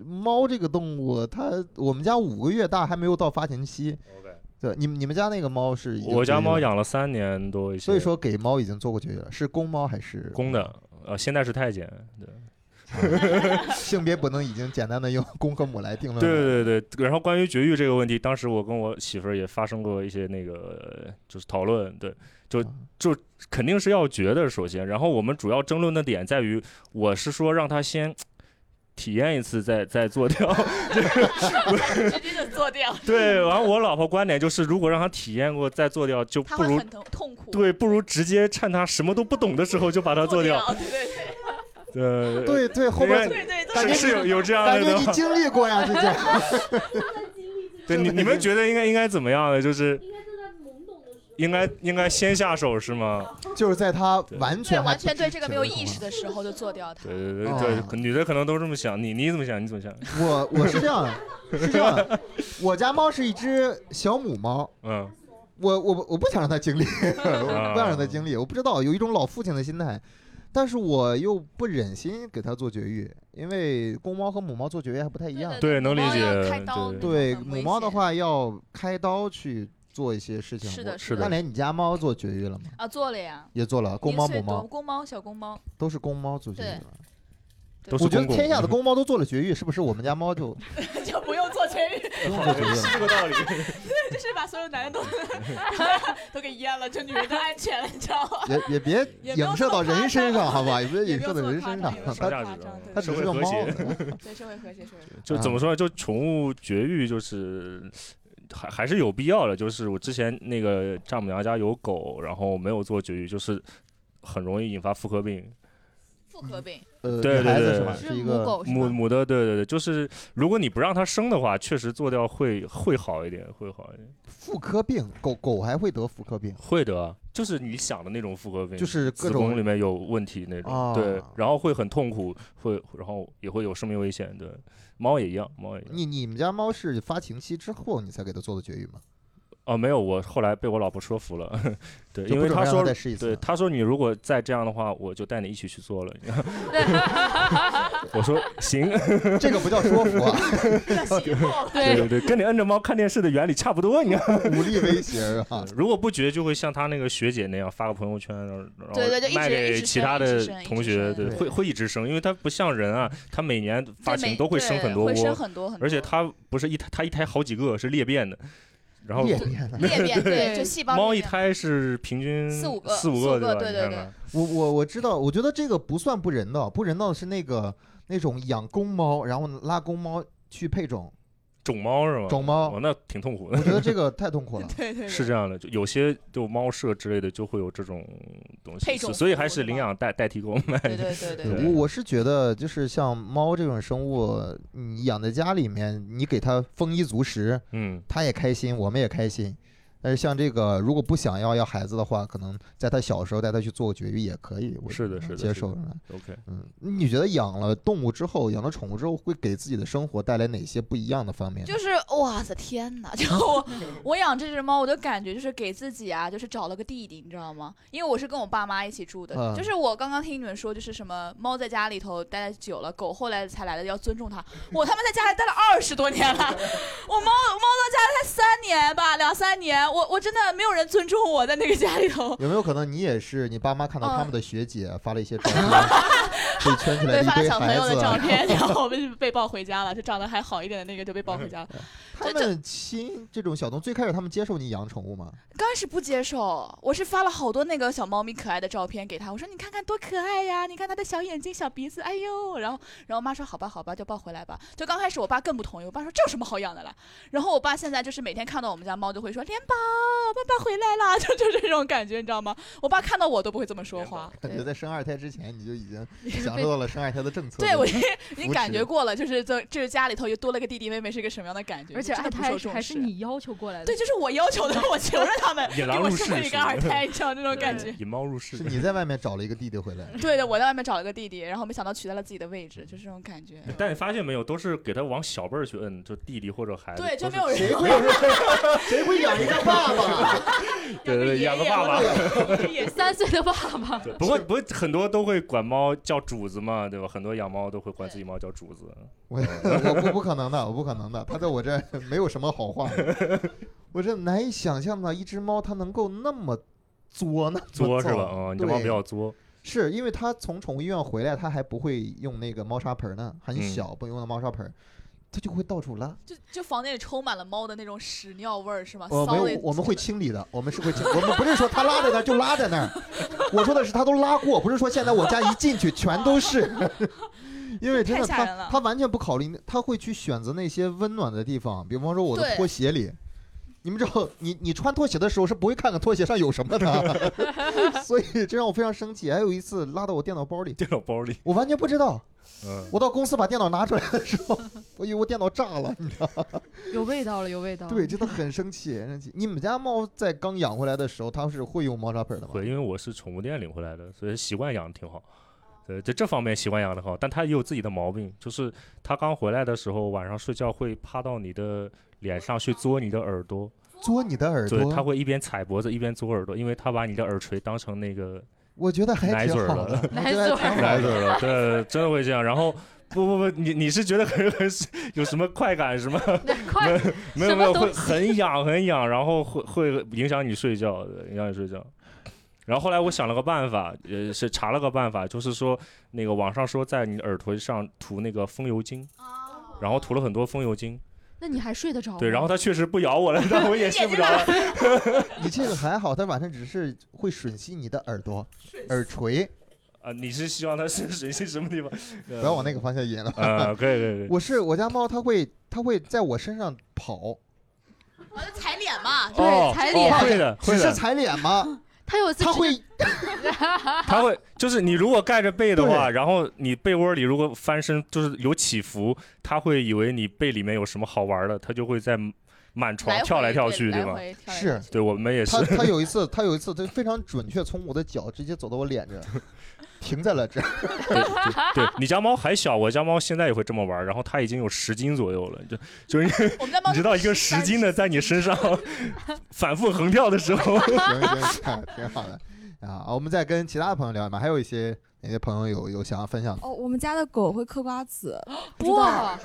G: 猫这个动物，它我们家五个月大还没有到发情期，
B: ，OK
G: 对，你们你们家那个猫是已经
B: 我家猫
G: 绝育了，
B: 养了三年多一些，
G: 所以说给猫已经做过绝育了，是公猫还是
B: 公的，呃，现在是太监，对。
G: 性别不能已经简单的用公和母来定论了。
B: 对对对，然后关于绝育这个问题，当时我跟我媳妇儿也发生过一些那个呃就是讨论，对，就
G: 啊
B: 就肯定是要绝的，首先，然后我们主要争论的点在于，我是说让她先。体验一次再再做掉，
E: 直接就做掉，
B: 对。然后我老婆观点就是，如果让她体验过再做掉，就
E: 他
B: 不
E: 会
B: 如
E: 很痛痛苦，
B: 对，不如直接趁她什么都不懂的时候就把它做掉。
E: 掉，对对对
B: 呃，
G: 对对，后边
E: 对对
G: 感觉
B: 是是有有这样
G: 感
B: 的
G: 觉
B: 的
G: 你经历过呀，这件。
B: 对你你们觉得应该应该怎么样呢？就是应该应该先下手是吗？
G: 就是在它
B: 对
G: 完
E: 对，
G: 全
E: 完全对这个没有意识
G: 的。
E: 的时候就做掉它
B: 对。对对
G: 哦
B: 对，女的可能都这么想，你你怎么想？你怎么想？
G: 我我是这样的，是这样的，我家猫是一只小母猫，
B: 嗯
G: 我我不我不想让它经历，我不想让它经历，我不知道有一种老父亲的心态，但是我又不忍心给它做绝育，因为公猫和母猫做绝育还不太一样。
B: 对能理
E: 母猫要
B: 解
E: 开刀
B: 对
E: 那种
G: 对
E: 很
G: 母
E: 危
G: 猫的
E: 险
G: 话要开刀去做一些事情。
E: 是
G: 我
E: 的，
B: 是的
G: 那连你家猫做绝育了吗？
E: 啊，做了呀。
G: 也做了，公
E: 一
G: 猫、
E: 岁
G: 母
E: 多
G: 猫
E: 公猫小公猫，
G: 都是公猫做绝育
E: 对
G: 了。
E: 对
B: 都是
G: 我觉得
B: 公公
G: 天下 的公猫都做了绝育，是不是我们家猫就
E: 就不用做绝育，
G: 不用做绝育了？
B: 这个 道理。
E: 就是把所有男 人都 都给阉了，就女人的安全了，你知道吗？
G: 也也别
E: 也没有
G: 影射到人身上，好吧？也别
E: 也
G: 影
E: 没
G: 射
E: 有
G: 到
E: 做
G: 人
E: 夸
G: 身
E: 张
G: 上
B: 它
E: 也没有，做
G: 它
E: 夸
B: 它只
E: 张，对
G: 它
B: 社
E: 对
G: 只是
B: 会和
G: 个猫
B: 谐。
E: 对社会和谐，社会和谐
B: 就怎么说呢？就宠物绝育就是。还还是有必要的，就是我之前那个丈母娘家有狗，然后没有做绝育，就是很容易引发妇科病。
E: 妇科病，
G: 呃，
B: 对
G: 女孩子
B: 对
G: 是
B: 对
G: 吧？
H: 是
G: 一
H: 母
G: 个
H: 狗哦是
B: 母
H: 吗？
B: 母的，对对对，就是如果你不让它生的话，确实做掉会会好一点，会好一点，
G: 妇科病，狗狗还会得妇科病，
B: 会得，就是你想的那种妇科病，
G: 就是各
B: 子宫里
G: 种
B: 面有问题那种，
G: 啊
B: 对，然后会很痛苦，会然后也会有生命危险，对，猫也一样，猫也一样。
G: 你你们家猫是发情期之后你才给它做的绝育吗？
B: 哦，没有，我后来被我老婆说服了， 对，
G: 就
B: 因
G: 不
B: 为
G: 准
B: 她
G: 让
B: 说
G: 它再试一次
B: 对，
G: 呢。
B: 他说你如果再这样的话，我就带你一起去做 了。 我说行，
G: 这个不叫说服啊，
B: 对
H: 对
B: 对对，跟你摁着猫看电视的原理差不多，你看。
G: 武力威胁啊！
B: 如果不绝，就会像他那个学姐那样发个朋友圈，然后然后
E: 对对就一直
B: 卖
E: 一
B: 给
E: 直
B: 其
E: 升
B: 他
E: 一直
B: 的
E: 升一
B: 同
E: 直
B: 学，
E: 升
B: 对，
G: 对
B: 会会一直生，因为它不像人啊，它每年发
E: 对
B: 情
E: 每
B: 都会生
E: 对
B: 很多
E: 会生
B: 窝，
E: 很多很多，
B: 而且它不是一胎，它一胎好几个，是裂变的。 然后
G: 裂变了。
E: 裂变，对，就细胞
B: 猫
E: 裂
B: 一
E: 变
B: 胎是平均
E: 四五个
B: 四五
E: 四
B: 个
E: 五个
B: 吧？
E: 对
B: 你
E: 对
B: 看
E: 对
B: 看
G: 我我我知道，我觉得这个不算不人道，不人道的是那个那种养公猫，然后拉公猫去配种
B: 种猫是吗？
G: 种猫
B: 哦，，那挺痛苦的
G: 我。觉得这个太痛苦了。
E: 对对对
B: 是这样的，就有些就猫舍之类的就会有这种东西，
E: 配种
B: 所所以还
E: 服务
B: 是
E: 是
B: 领
E: 吧
B: 养代代替购买。
E: 对对对对
B: 对
G: 我我是觉得，就是像猫这种生物，你养在家里面，你给它丰衣足食，
B: 嗯，
G: 它也开心，我们也开心。但是像这个，如果不想要要孩子的话，可能在它小时候带它去做绝育也可以，我
B: 是的是的
G: 接
B: 是
G: 受
B: 的
G: 了。
B: ，OK，
G: 嗯，你觉得养了动物之后，养了宠物之后，会给自己的生活带来哪些不一样的方 面呢？
E: 就是哇塞，天 哪！就我我养这只猫，我的感觉就是给自己啊，就是找了个弟弟，你知道吗？因为我是跟我爸妈一起住的，
G: 嗯
E: 就是我刚刚听你们说，就是什么猫在家里头待久了，狗后来才来的，要尊重它。我他妈在家里待了二十多年了，我猫猫到家才三年吧，两三年，我我真的没有人尊重我在那个家里头。
G: 有没有可能你也是你爸妈看到他
E: 嗯
G: 们的学姐发了一些 照片，被圈起
E: 对，
G: 来的一
E: 发了
G: 堆
E: 小朋
G: 孩
E: 友的
G: 子
E: 照
G: 啊，
E: 片，然后我们被抱回家了，就长得还好一点的那个就被抱回家了。
G: 他
E: 这
G: 们亲这种小动物，最开始他们接受你养宠物吗？
E: 刚开始不接受，我是发了好多那个小猫咪可爱的照片给他，我说你看看多可爱呀，你看它的小眼睛、小鼻子，哎呦，然后然后我妈说好吧好吧，就抱回来吧。就刚开始我爸更不同意，我爸说这有什么好养的啦。然后我爸现在就是每天看到我们家猫就会说连宝爸爸回来啦， 就就这种感觉，你知道吗？我爸看到我都不会这么说话。
G: 感觉在生二胎之前，你就 已经享受到了生二胎的政策。
E: 对，我已经 已
G: 扶
E: 经
G: 持
E: 感觉过了，就是这这是家里头又多了个弟弟妹妹是个什么样的感觉，
H: 而且
E: 真的
H: 二
E: 不
H: 胎
E: 受重
H: 还是
E: 视
H: 你要求过来的，
E: 对，就是我要求的，我求着他们
B: 野
E: 给
B: 狼
E: 我
B: 入
E: 生了
B: 室
E: 一
B: 是
E: 个二胎，你知道那种感觉。
B: 引猫入室
G: 是。你在外面找了一个弟弟回来，
E: 对的，我在外面找了个弟弟，然后没想到取代了自己的位置，
B: 嗯
E: 就是这种 感觉。
B: 但你发现没有，都是给他往小辈儿去摁，就弟弟或者孩子。
E: 对，就
B: 都是
E: 没有人
G: 谁会谁会养一个爸爸？
B: 对对，对养个爸爸。
H: 三岁的爸爸，
B: 对，不过不过很多都会管猫叫主子嘛，对吧？很多养猫都会管自己猫叫主子。
G: 我
B: 嗯
G: 我不不可能的，我不可能的，他在我这儿没有什么 好话的，我这难以想象到一只猫它能够那么作呢，那
B: 作
G: 么
B: 是
G: 躁
B: 吧？嗯，你这猫比
G: 对
B: 较作。
G: 是因为它从宠物医院回来，它还不会用那个猫砂盆呢，
B: 嗯
G: 很小，不用的猫砂盆，它就会到处拉。
E: 就就房间里充满了猫的那种屎尿味儿，是吗？
G: 我
B: 哦
E: 骚
G: 呃没
E: 味
G: 有，我们会清理的，我们是会清，我们不是说它拉在那儿就拉在那 儿，我说的是它都拉过，不是说现在我家一进去全 都是。因为真的，
E: 太吓
G: 它
E: 人了
G: 它完全不考虑，它会去选择那些温暖的地方，比方说我的
E: 对
G: 拖鞋里。你们知道，你你穿拖鞋的时候是不会看看拖鞋上有什 么的，所以这让我非常生气。还有一次拉到我电脑包里，
B: 电脑包 里，
G: 我完全不知道，
B: 嗯，
G: 我到公司把电脑拿出来的时候，我以为我电脑炸了，你知道吗？
H: 有味道了，有味道。
G: 对，，真的很生气，很生气。你们家猫在刚养回来的时候，它是会用猫砂盆的吗？
B: 会，因为我是宠物店领回来的，所以习惯养的挺好。对，在这方面习惯养的好，但它也有自己的毛病，就是它刚回来的时候，晚上睡觉会趴到你的脸上去嘬你的耳朵，
G: 嘬你的耳
B: 对，它
G: 朵，
B: 会一边踩脖子一边嘬耳朵，因为它把你的耳垂当成那个
G: 我觉得还
B: 奶
G: 挺
B: 嘴儿
G: 好的
B: 了，
G: 我觉得还挺好
B: 奶
G: 的
B: 嘴了，对，真的会这样。然后不不不，你你是觉得很很有什么快感是吗？
H: 那快
B: 没有
H: 什
B: 没
H: 么
B: 有，
H: 东
B: 会很痒很痒，然后会会影响你睡觉，对影响你睡觉。然后后来我想了个办法，呃，是查了个办法，就是说那个网上说在你耳朵上涂那个风油精，
E: 哦
B: 然后涂了很多风油精，
H: 那你还睡得着吗？
B: 对，然后它确实不咬我了，但我也睡不着了。
G: 你这个还好，它晚上只是会吮吸你的耳朵、耳垂，
B: 啊，你是希望它是神性什么地方？
G: 不要往那个方向引了。
B: 啊，可以可以可以。
G: 我是我家猫，它会它会在我身上跑，
E: 我就踩脸嘛，
H: 对啊
B: 哦
H: 踩
B: 哦
H: 脸
B: 会的，
G: 只
B: 会
G: 是
B: 的，
G: 踩脸吗？
H: 他有一次
G: 它
H: 直
G: 会
B: 它会就是你如果盖着被的话，然后你被窝里如果翻身就是有起伏，它会以为你被里面有什么好玩的，它就会在满床
E: 来
B: 跳来跳去，
E: 对
B: 对吧？？
G: 是
B: 对，我们也是
G: 它，它有一次，它有一次，它非常准确，从我的脚直接走到我脸 这儿，停在了这儿。
B: 对对对，你家猫还小，我家猫现在也会这么玩，然后它已经有十斤左右了，就就是 因为
E: 我们家猫
B: 你知道一个十斤的在你身 上反复横跳的时 候，
G: 行行，哎挺好的啊。我们再跟其他的朋友聊一聊，还有一些哪些朋友有有想要分享的？
A: 哦，我们家的狗会嗑瓜子，
H: 哇，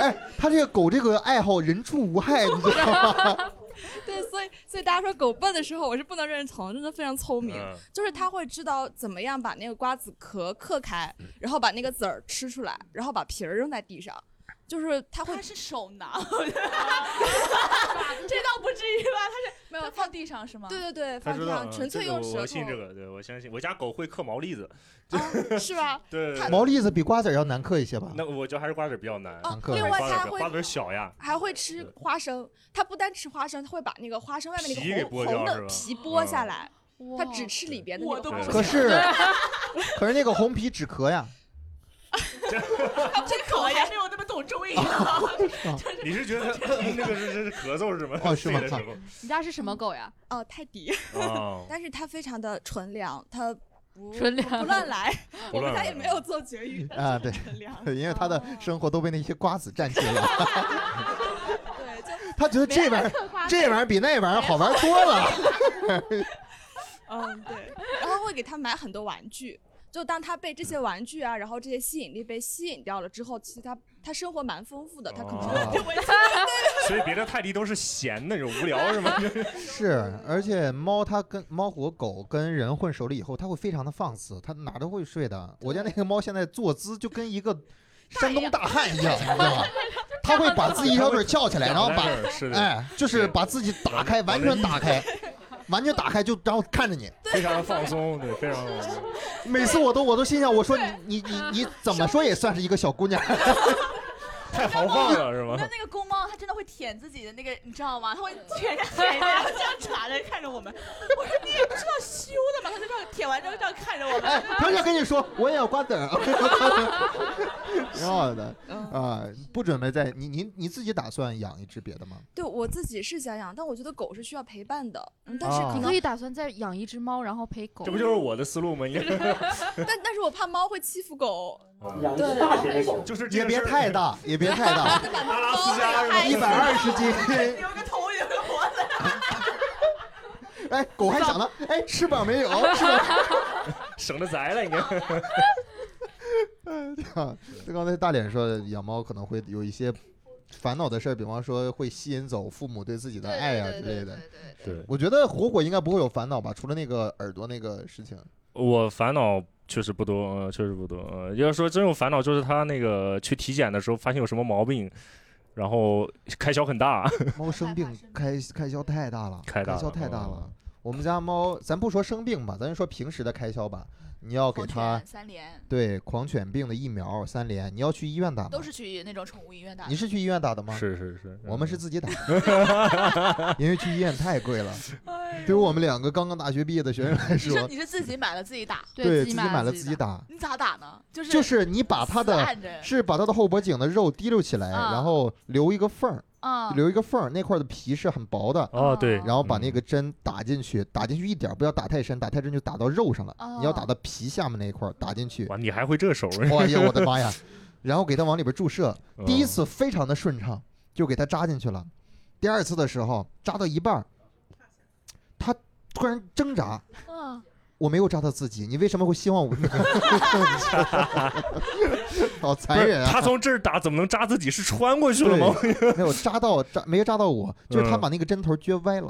G: 哎，他这个狗这个爱好人畜无害，你知道吗？
A: 对，所以所以大家说狗笨的时候，我是不能认同，真的非常聪明，
B: 嗯
A: 就是它会知道怎么样把那个瓜子壳嗑开，
B: 嗯
A: 然后把那个籽儿吃出来，然后把皮儿扔在地上，就是它会
E: 它是手拿，这倒不至于吧？它是
A: 没有
E: 它放地上是吗？
A: 对对对，
B: 它
A: 放地上纯粹用舌头，
B: 我信嗯这个，对我相信我家狗会嗑毛栗子，
A: 啊，是 吧？
B: 对
G: 毛栗子比瓜子儿要难嗑一些吧？
B: 那我觉得还是瓜子比较难，
A: 哦
G: 难，嗑
A: 另
G: 还
A: 外
B: 瓜
A: 它
B: 子
A: 会
B: 瓜子小呀，
A: 还会吃花生，它不单吃花生，它会把那个花生外面
B: 皮
A: 那
B: 给
A: 个
B: 剥
A: 红
B: 掉
A: 红
B: 是
A: 的
B: 吧嗯
A: 皮剥下来，
H: 哇
A: 它只吃里边的那
E: 我都
A: 个
E: 不
A: 花生。
B: 对
G: 可是， 可是那个红皮止咳呀。
E: 这狗还没有那么懂中医。
B: 你是觉得它那个是是是咳嗽是吗？
G: 哦是吗
B: 睡的时
H: 你家是什么狗呀？
A: 哦，泰迪，
B: 候哦，
A: 但是它非常的纯良，它不
H: 纯良
A: 不乱来。
B: 不
A: 我们
B: 乱
A: 家
B: 来
A: 也没有做绝育，
G: 啊
A: 但是纯 良。
G: 对，因为他的生活都被那些瓜子占据了，
A: 对，就
G: 他觉得这玩意儿这玩意儿比那玩意儿好玩多了。
A: 嗯对，然后会给它买很多玩具。就当它被这些玩具啊，然后这些吸引力被吸引掉了之后，其实它它生活蛮丰富的，它可能
B: 哦
A: 就会
B: 所以别的泰迪都是闲的，有无聊是吗？
G: 是，而且猫它跟猫和狗跟人混熟了以后，它会非常的放肆，它哪都会睡的。我家那个猫现在坐姿就跟一个山东大汉一样，你知道吗？它会把自己一条腿翘 起来，然后把
B: 两个人 是的，
G: 哎，就是把自己打开，
B: 把
G: 完
B: 那
G: 全打开，完全打开就然后看着你。
B: 非常放松，对，非常放 松。
G: 每次我都我都心想，我说你你你你怎么说也算是一个小姑娘。
B: 太豪放了是
E: 那
B: 吗？
E: 那个公猫，它真的会舔自己的那个，你知道吗？它会舔着 舔着，然后这样查着看着我们。我说你也不知道羞的嘛，它就这样舔完之后这样看着我
G: 哎
E: 们。，
G: 他就跟你说，我也要瓜子儿， 挺好的啊、不准备再你您你自己打算养一只别的吗？
A: 对我自己是想养，但我觉得狗是需要陪伴的，嗯但是
G: 哦
A: 可
H: 你
A: 能
H: 可以打算再养一只猫，然后陪狗。
B: 这不就是我的思路吗？你
A: 但但是我怕猫会欺负狗，
I: 养只大型的狗，
B: 哦就是这
G: 也
B: 个
G: 别
B: 事儿
G: 太大，也别太大，
A: 就把
B: 阿
A: 它
B: 拉斯
A: 包
B: 加是吧？
G: 一百二十斤。
E: 有个头，有个脖子，
G: 哎，狗还想呢，哎，翅膀没有，翅膀
B: 省着宰了已经。
G: 啊，就刚才大脸说的，养猫可能会有一些烦恼的事儿，比方说会吸引走父母对自己的爱啊之类的。
B: 对
G: 我觉得火火应该不会有烦恼吧，除了那个耳朵那个事情。
B: 我烦恼确实不多，呃，确实不多。呃，要说真有烦恼，就是他那个去体检的时候发现有什么毛病，然后开销很大。
G: 猫生病开开销太大了，
B: 开大了
G: 销太大了
B: 嗯。
G: 我们家猫，咱不说生病吧，咱就说平时的开销吧。你要给
E: 狂
G: 它
E: 犬三连，
G: 对狂犬病的疫苗三联，你要去医院打吗？
E: 都是去那种宠物医院打
G: 你。是去医院打的 吗？
B: 是是是，
G: 我们是自己打，因为去医院太贵了。对于我们两个刚刚大学毕业的学生来
E: 你是
G: 说，
E: 你是自己买了自己打？
G: 对
H: 自
G: 自
H: 己
G: 己
H: 买
G: 买
H: 了
G: 了
H: 自
G: 自
H: 己
G: 己
H: 打。
G: 打，
E: 你咋打呢？就是
G: 就
E: 就是
G: 你把它的
E: 按着
G: 是把它的后脖颈的肉滴溜起来，
E: 啊
G: 然后留一个缝儿，
E: 啊，
G: 留一个缝儿，那块儿的皮是很薄的。
B: 哦对，
G: 啊然后把那个针打进去，打进去一点儿，不要打太深，打太深就打到肉上了。你要打到皮下面那一块儿打进去。
B: 哇，你还会这手？
G: 哎呀，我的妈呀！然后给它往里边注射，哦
B: 嗯
G: 第一次非常的顺畅，就给它扎进去了。第二次的时候，扎到一半儿，它突然挣扎，
E: 嗯，
G: 我没有扎到自己，你为什么会希望我？
B: 不
G: 好残
B: 是
G: 忍啊！
B: 他从这儿打怎么能扎自己？是穿过去了吗？
G: 对没有扎到扎，没扎到我，就是他
B: 嗯
G: 把那个针头撅歪了，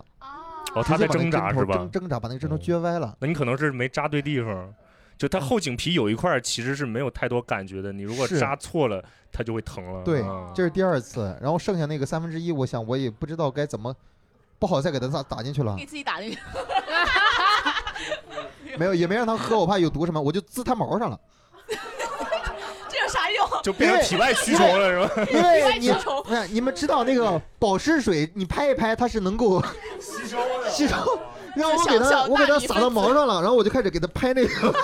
B: 哦，他
G: 直
B: 在
G: 接把那
B: 挣
G: 个
B: 扎
G: 针头
B: 是吧
G: 挣？挣扎把那个针头撅歪了。
B: 那你可能是没扎对地方，就他后颈皮有一块儿其实是没有太多感觉的，你如果
G: 嗯是
B: 扎错了，它就会疼了。
G: 对
B: 嗯
G: 这是第二次，然后剩下那个三分之一，我想我也不知道该怎么，不好再给他打打进去了
E: 给，自己打那个，
G: 没有也没让他喝，我怕有毒什么，我就滋他毛上了，
E: 这有啥用？
B: 就
G: 哎
B: 变成体外驱虫了是吧？
G: 因为你
E: 驱虫
G: 哎你们知道那个保湿水，你拍一拍它是能够
B: 吸收了
G: 吸收，然后我
E: 小
G: 给他
E: 小
G: 我给
E: 纳
G: 他
E: 米
G: 撒
E: 分
G: 到
E: 子
G: 毛上了，然后我就开始给他拍 那个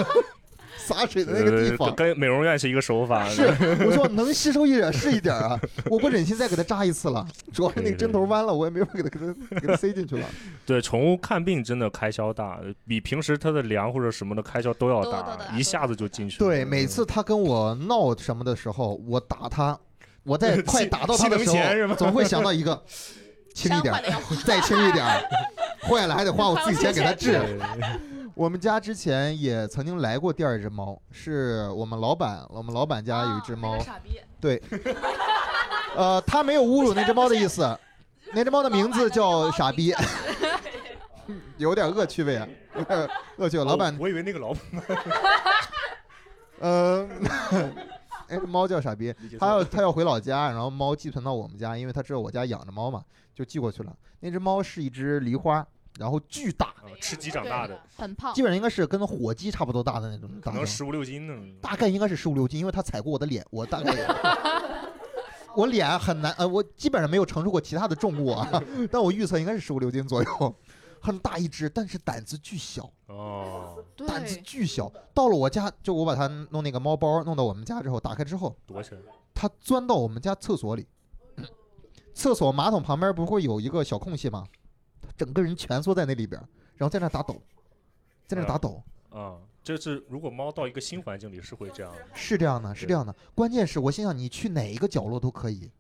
G: 洒水 的那个地方。
B: 跟美容院是一个手法。
G: 是，我说能吸收一点是一 点啊，我不忍心再给他扎一次了。主要是那个针头弯了，我也没法给他给他给他塞进去了。
B: 对，宠物看病真的开销大，比平时它的粮或者什么的开销都要
E: 都
B: 大，
E: 都大
B: 一下子就进去了。
G: 对，每次他跟我闹什么的时候，我打他，我在快打到他的时
B: 气能闲是
G: 候，
B: 吗
G: 总会想到一个，轻一点
E: 山坏了要
G: 儿，再轻一点儿，坏了还得花我自己钱给他治。我们家之前也曾经来过第二只猫，是我们老板，我们老板家有一只
E: 啊
G: 猫
E: 那个，傻 逼，
G: 呃，他没有侮辱那只猫的意思，那只猫的名字叫傻 逼，有点恶趣味啊， 有点恶趣味。老板
B: 哦，我以为那个老板
G: 呃， 哎，猫叫傻逼，
B: 解错
G: 他要他要回老家，然后猫寄存到我们家，因为他知道我家养着猫嘛，就寄过去了。那只猫是一只狸花，然后巨大，
B: 啊 吃鸡长大的，
H: 很胖
G: 基，本上应该是跟火鸡差不多大的那种
B: 可
G: 大
B: 能
G: 小。
B: 十五六斤呢。
G: 大概应该是十五六斤，因为他踩过我的脸，我大概我脸很难，呃，我基本上没有承受过其他的重物啊， 但我预测应该是十五六斤左右，很大一只，但是胆子巨小，
B: 哦，
H: 对，
G: 胆子巨小。到了我家，就我把它弄那个猫包弄到我们家之后，打开之后，
B: 躲起来。
G: 它钻到我们家厕所里， 厕所马桶旁边不会有一个小空隙吗？它整个人蜷缩在那里边，然后在那打抖，在那打抖。
B: 啊、这是如果猫到一个新环境里是会这样的。
G: 是这样的，是
B: 对
G: 这样的。关键是我心想，你去哪一个角落都 可以。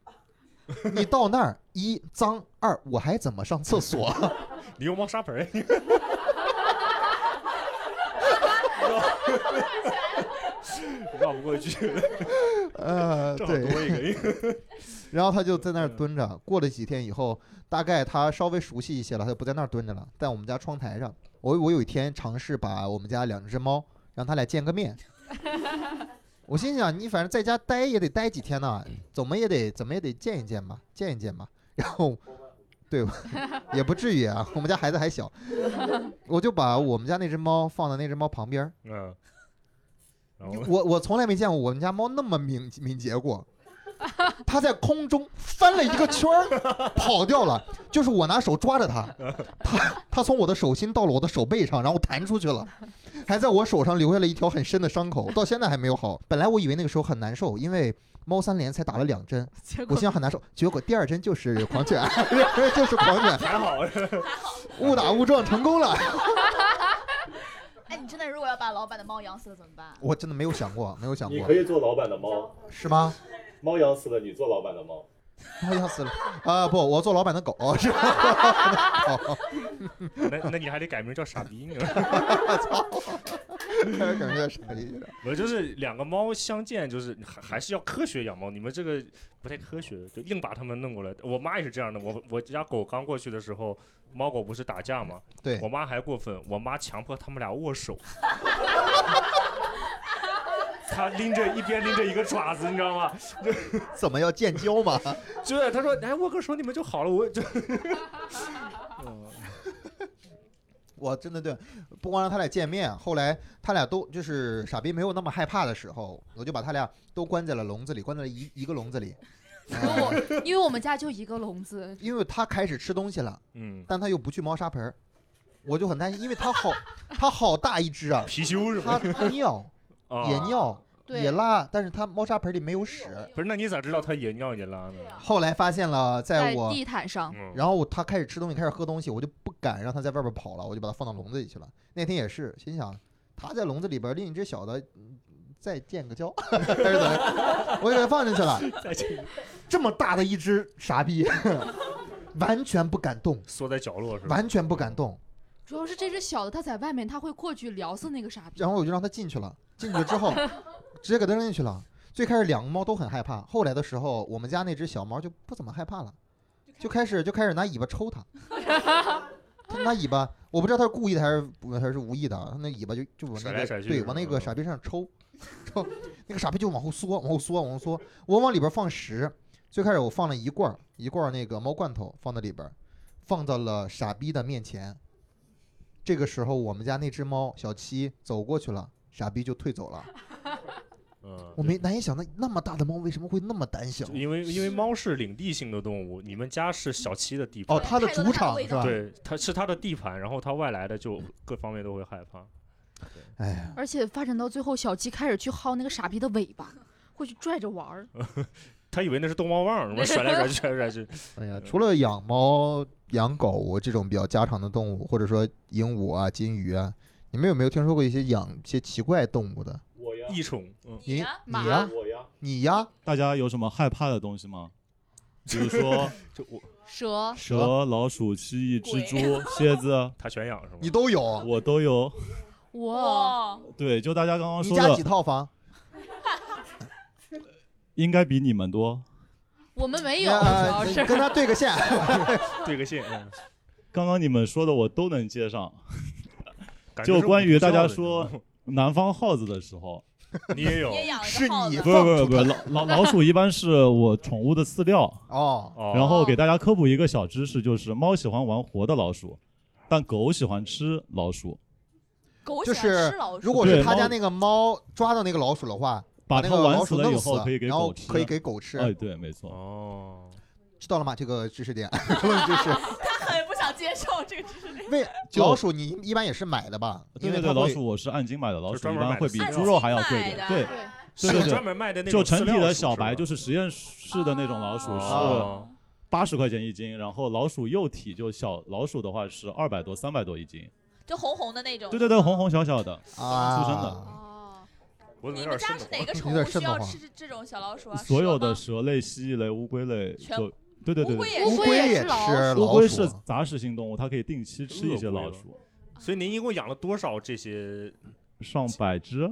G: 你到那儿，一脏，二我还怎么上厕所？
B: 你用猫砂盆儿， 绕不过去，
G: 呃，
B: 正好
G: 对。
B: 多一个。
G: 然后他就在那儿蹲着。过了几天以后，大概他稍微熟悉一些了，他就不在那儿蹲着了，在我们家窗台上。我我有一天尝试把我们家两只猫让他俩见个面。我心想，你反正在家待也得待几天呢，怎么也得怎么也得见一见吧，见一见吧。然后，对，也不至于啊，我们家孩子还小，我就把我们家那只猫放到那只猫旁边儿。
B: 嗯，然后
G: 我我从来没见过我们家猫那么敏敏捷过，它在空中翻了一个圈儿，跑掉了。就是我拿手抓着它，它它从我的手心到了我的手背上，然后弹出去了，还在我手上留下了一条很深的伤口，到现在还没有好。本来我以为那个时候很难受，因为猫三连才打了两针，我心想很难受，结果第二针就是狂犬， 就是狂犬，
B: 还好，
G: 误打误撞成功了。
E: 哎，你真的如果要把老板的猫养死了怎么 办？
G: 我真的没有想过，没有想过，
I: 你可以做老板的猫，
G: 是吗？
I: 猫养死了你做老板的猫，
G: 猫养死了啊！不，我做老板的狗是吧？好
B: 那那你还得改名叫傻逼呢。
G: 感觉是可以的。
B: 我就是两个猫相见，就是还还是要科学养猫。你们这个不太科学，就硬把它们弄过来。我妈也是这样的。我我家狗刚过去的时候，猫狗不是打架吗？
G: 对
B: 我妈还过分，我妈强迫他们俩握手。她拎着一边拎着一个爪子，你知道吗？
G: 怎么要建交嘛？
B: 就是她说，哎，握个手你们就好了。我就，嗯
G: 我真的对，不光让他俩见面，后来他俩都就是傻逼没有那么害怕的时候，我就把他俩都关在了笼子里，关在了一一个笼子里。
H: 因为我们家就一个笼子，
G: 因为他开始吃东西了，
B: 嗯，
G: 但他又不去猫砂盆儿，我就很担心，因为他好，他好大一只啊，
B: 貔貅是
G: 他
B: 吧？
G: 他尿
B: 啊
G: 也尿
H: 对
G: 也拉，但是他猫砂盆里没有屎。
B: 不是，那你咋知道它也尿也拉呢？
G: 后来发现了，在
H: 在
G: 我
H: 地毯上。
B: 嗯，
G: 然后他开始吃东西，开始喝东西，我就不敢让他在外边跑了，我就把他放到笼子里去了。那天也是，心想他在笼子里边另一只小的嗯再建 个交，还是怎么样，我就给他放进去了。
B: 再进
G: 这么大的一只傻逼， 完全不敢动，
B: 缩在角落是吧？
G: 完全不敢动。
H: 主要是这只小的，它在外面，它会过去撩死那个傻逼
G: 然。后我就让它进去了，进去了之 后，直接给它扔进去了。最开始两个猫都很害怕，后来的时候，我们家那只小猫就不怎么害怕了，就开始就开始拿尾巴抽它，它拿尾巴，我不知道它是故意的还是还是无意的啊，它那尾巴就就往
B: 甩
G: 那
B: 来
G: 个
B: 甩去
G: 对
B: 是
G: 往
B: 吧
G: 那个傻逼身上抽，抽那个傻逼就往后缩，往后缩，往后缩，我往里边放食，最开始我放了一罐儿一罐儿那个猫罐头放在里边儿，放到了傻逼的面前。这个时候，我们家那只猫小七走过去了，傻逼就退走了。
B: 嗯，
G: 我没难以想到那么大的猫为什么会那么胆小
B: 就。因为因为猫是领地性的动物，你们家是小七的地盘
G: 哦，，它的主场是吧？。
B: 对，它是它的地盘，然后它外来的就各方面都会害怕。
G: 哎呀，
H: 而且发展到最后，小鸡开始去薅那个傻逼的尾巴，会去拽着玩儿。
B: 它以为那是逗猫棒，什么甩来甩去，甩来 甩去。
G: 哎呀，除了养猫、养狗这种比较家常的动物，或者说鹦鹉啊、金鱼啊，你们有没有听说过一些养一些奇怪动物的？
I: 我呀，
B: 异宠，嗯，
G: 你
E: 呀
G: 你呀
I: 我呀，
G: 你呀，
F: 大家有什么害怕的东西吗？比如说
B: 就我
H: 蛇，
F: 蛇、老鼠、蜥蜴、蜘蛛、蝎子，
B: 它全养是吗？
G: 你都有。
F: 我都有。
H: 哇，
E: 哇，
F: 对，就大家刚刚
G: 你
F: 说
G: 家几
F: 的，
G: 套房？
F: 应该比你们多。
H: 我们没有，主
G: 呃
H: 要 是
G: 跟他对个 线。
B: 对个线，嗯
F: 刚刚你们说的我都能接上。
B: 感觉
F: 就是关于
B: 我不
F: 大
B: 知道
F: 家
B: 的
F: 说南方耗子的时候，
B: 你也 有
E: 也养了
G: 是
E: 个耗
G: 你
E: 子
F: 不。是不是不是老老老鼠一般是我宠物的饲料。
G: 哦，
B: 哦，
F: 然后给大家科普一个小知识，就是猫喜欢玩活的老鼠，但狗喜欢吃老鼠，
E: 狗
G: 就
E: 喜欢
G: 是
E: 吃老鼠，
G: 如果是
F: 对
G: 他家
F: 猫
G: 那个猫抓到那个老鼠的话，把那
F: 它
G: 个
F: 玩
G: 老
F: 死
G: 鼠
F: 了以
G: 弄死
F: 后
G: 了，
F: 可以给
G: 然后
F: 狗吃。
G: 可以给狗吃，
F: 哎，对，没错。
B: 哦，
G: 知道了吗？这个知 识点，就是
E: 它很不想接受这个知识。
G: 为
F: 就
G: 老鼠你一般也是买的吧？
F: 对
G: 因为
F: 对
G: 它
F: 对，老
G: 会
F: 鼠我是按斤买的，老
B: 就是
F: 鼠
B: 专
F: 一
B: 门
F: 般
B: 买的
F: 会比
B: 饲料
F: 猪肉还要贵一
E: 按斤
F: 点。
E: 买
F: 对
E: 的
F: 对
B: 是
F: 对对
B: 专，门卖的那
F: 就
B: 种
F: 成
B: 饲
F: 体
B: 料
F: 的
B: 鼠
F: 小
B: 是吧
F: 白就是实验室的那种老鼠是
B: 哦，
F: 八十块钱一斤，然后老鼠幼体就小老鼠的话是二百多、三百多一斤。
E: 就红红的那种。
F: 对对对，红红小小的，
G: 啊，
F: 出生的
H: 哦，
B: 我怎么
E: 你
B: 有点
E: 们家
B: 瘆
E: 是
B: 得
E: 哪
B: 慌？
E: 个宠
G: 有点
E: 物
G: 瘆
E: 需
G: 得
E: 要
G: 慌
E: 吃这这种小老鼠啊？
F: 所有的
E: 蛇
F: 蛇类、蜥蜴类、乌龟类，
E: 全
F: 就对对
E: 吗
F: 对
E: 乌龟
F: 对，
E: 也
G: 乌
E: 是
G: 龟
H: 也
G: 也
H: 是老
G: 吃
F: 乌
G: 老
F: 龟
G: 鼠啊
F: 是，杂食性动物，它可以定期吃一些老鼠，
B: 所以您一共养了多少 这些？
F: 上百只。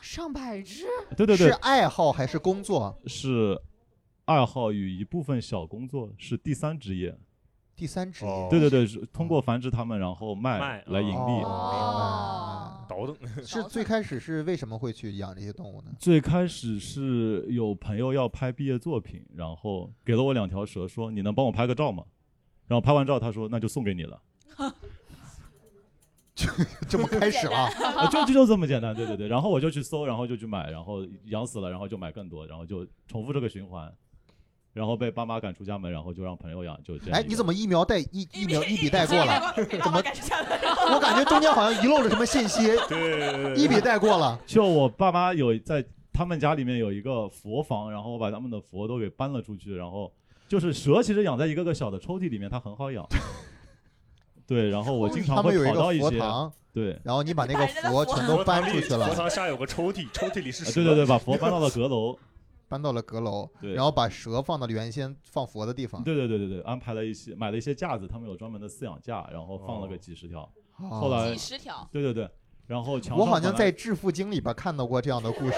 H: 上百只，
F: 对对
G: 是
F: 对，
G: 爱好还是工作？
F: 是爱好与一部分小工作，是第三职业。
G: 第三职
B: 哦
G: 业，
F: 对对 对，是通过繁殖它们然后
B: 卖
F: 卖
E: 嗯
F: 来盈利。
G: 哦，
B: 倒腾，
G: 明白。是最开始是为什么会去养这些动物呢？
F: 最开始是有朋友要拍毕业作品，然后给了我两条蛇，说你能帮我拍个照吗？然后拍完照，他说那就送给你了。
G: 就这么开始了
F: 啊就就就这么简单，对对对。然后我就去搜，然后就去买，然后养死了，然后就买更多，然后就重复这个循环，然后被爸妈赶出家门，然后就让朋友养，就这样。
G: 哎，你怎么一苗带一一苗一笔带过 了？怎么？
E: 我
G: 我感觉中间好像遗漏了什么信息，
B: 对
G: 一笔带过了。
F: 就我爸妈有在他们家里面有一个佛房，然后我把他们的佛都给搬了出去，然后就是蛇其实养在一个个小的抽屉里面，它很 好养。对，然后我经
G: 他
F: 常
G: 们
F: 会
G: 有
F: 跑到
G: 一
F: 一
G: 个佛
F: 些，
G: 堂，
F: 对，
G: 然后你 把那个佛全都搬出去
B: 佛
G: 了，
B: 堂下有个抽屉，抽屉里是
F: 啊
B: 蛇。
F: 对对对，把佛搬到了阁楼，
G: 搬到了阁楼，
F: 对，
G: 然后把蛇放到了原先放佛的地方。
F: 对对对对对，安排了一些买了一些架子，他们有专门的饲养架，然后放了个几十条。
G: 哦
F: 后来
E: 几十条，
F: 对对对，然后墙
G: 我
F: 上
G: 好像
F: 本
G: 在
F: 来
G: 《致富经》里边看到过这样的故 事，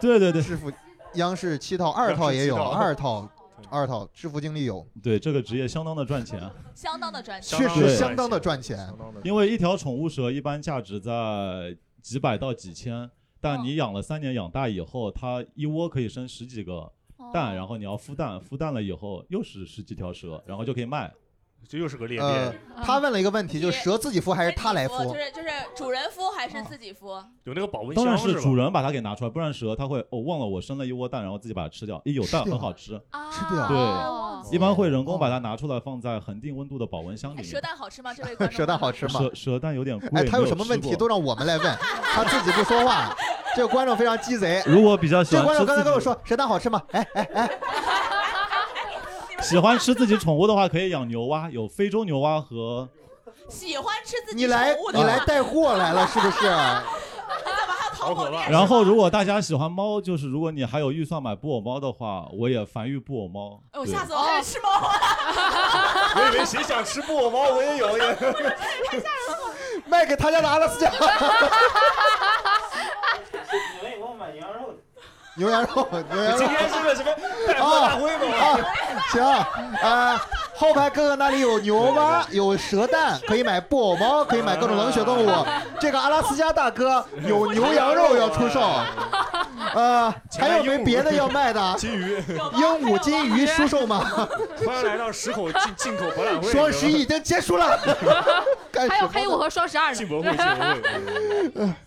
F: 对对
G: 《
F: 对
G: 致富》央视七套、二套也有，二套二套《致富经》里有，
F: 对，这个职业相当的赚钱，啊
E: 相当的赚钱。
G: 确实
B: 相
G: 相当
B: 当
G: 的
B: 地
G: 赚钱
B: 相。当的
F: 因为一条宠物蛇一般价值在几百到几千，
E: 哦
F: 但你养了三年养大以后，它一窝可以生十几个
E: 哦
F: 蛋，然后你要孵蛋，孵蛋了以后又是十几条 蛇，然后就可以卖。
B: 这又是个裂
G: 呃
B: 变，，
E: 嗯
G: 他问了一个问题，就是蛇自己孵还是他来
E: 哎就
G: 孵？
E: 是就是主人孵还是自己孵？
B: 有那个保温
F: 当然
B: 箱
F: 是
B: 吧？
F: 主人把它给拿出来，不然蛇它会哦忘了我生了一窝蛋，然后自己把它吃掉。一有蛋
G: 是啊
F: 很好 吃，
E: 啊
G: 吃掉
F: 对
H: 哦
F: 一般会人工把它拿出来放在恒定温度的保温箱里
E: 哎
F: 面。
E: 蛇蛋好吃吗？这 位观众
G: 蛇蛋好 吃吗？
F: 蛇蛇蛋有点贵，
G: 哎，他
F: 没
G: 有
F: 有
G: 什么
F: 吃
G: 问题
F: 过
G: 都让我们来 问，他自己不说话。这个观众非常鸡贼，
F: 如果比较喜
G: 这
F: 欢
G: 个观
F: 吃
G: 众刚才
F: 自
G: 跟
F: 己
G: 我说蛇蛋好吃吗？哎哎哎，
F: 喜欢吃自己宠物的话，可以养牛蛙，有非洲牛蛙和
E: 喜欢吃自己
G: 你来
E: 宠物的
G: 你
E: 话
G: 来带货来了是不是？
B: 好可怕！
F: 然后，如果大家喜欢猫，就是如果你还有预算买布偶猫的话，我也繁育布偶猫。
E: 哎呦，
F: 对
E: 吓死我！了！开始吃
G: 哦
E: 猫了，
B: 我以为谁想吃布偶猫，我也 有也。
G: 卖给他家的阿拉斯加
D: 你们以后买羊肉，
G: 牛羊肉，牛羊肉
B: 今。天是个什么带货 大会吗？
G: 啊，行啊，后排哥哥那里有牛蛙，有蛇蛋，可以买布偶猫，可以买各种冷血动物。 这个阿拉斯加大哥有牛羊肉要出售，呃，还有没别的要卖的？
B: 金 鱼，
G: 鹦 鹉、金鱼出售吗？
B: 欢迎来到十口进进口博览会。
G: 双十一已经结束 了，干
H: 还
G: 什
H: 有
G: 么
H: 黑五和双十二呢
B: 进。博会，进博会。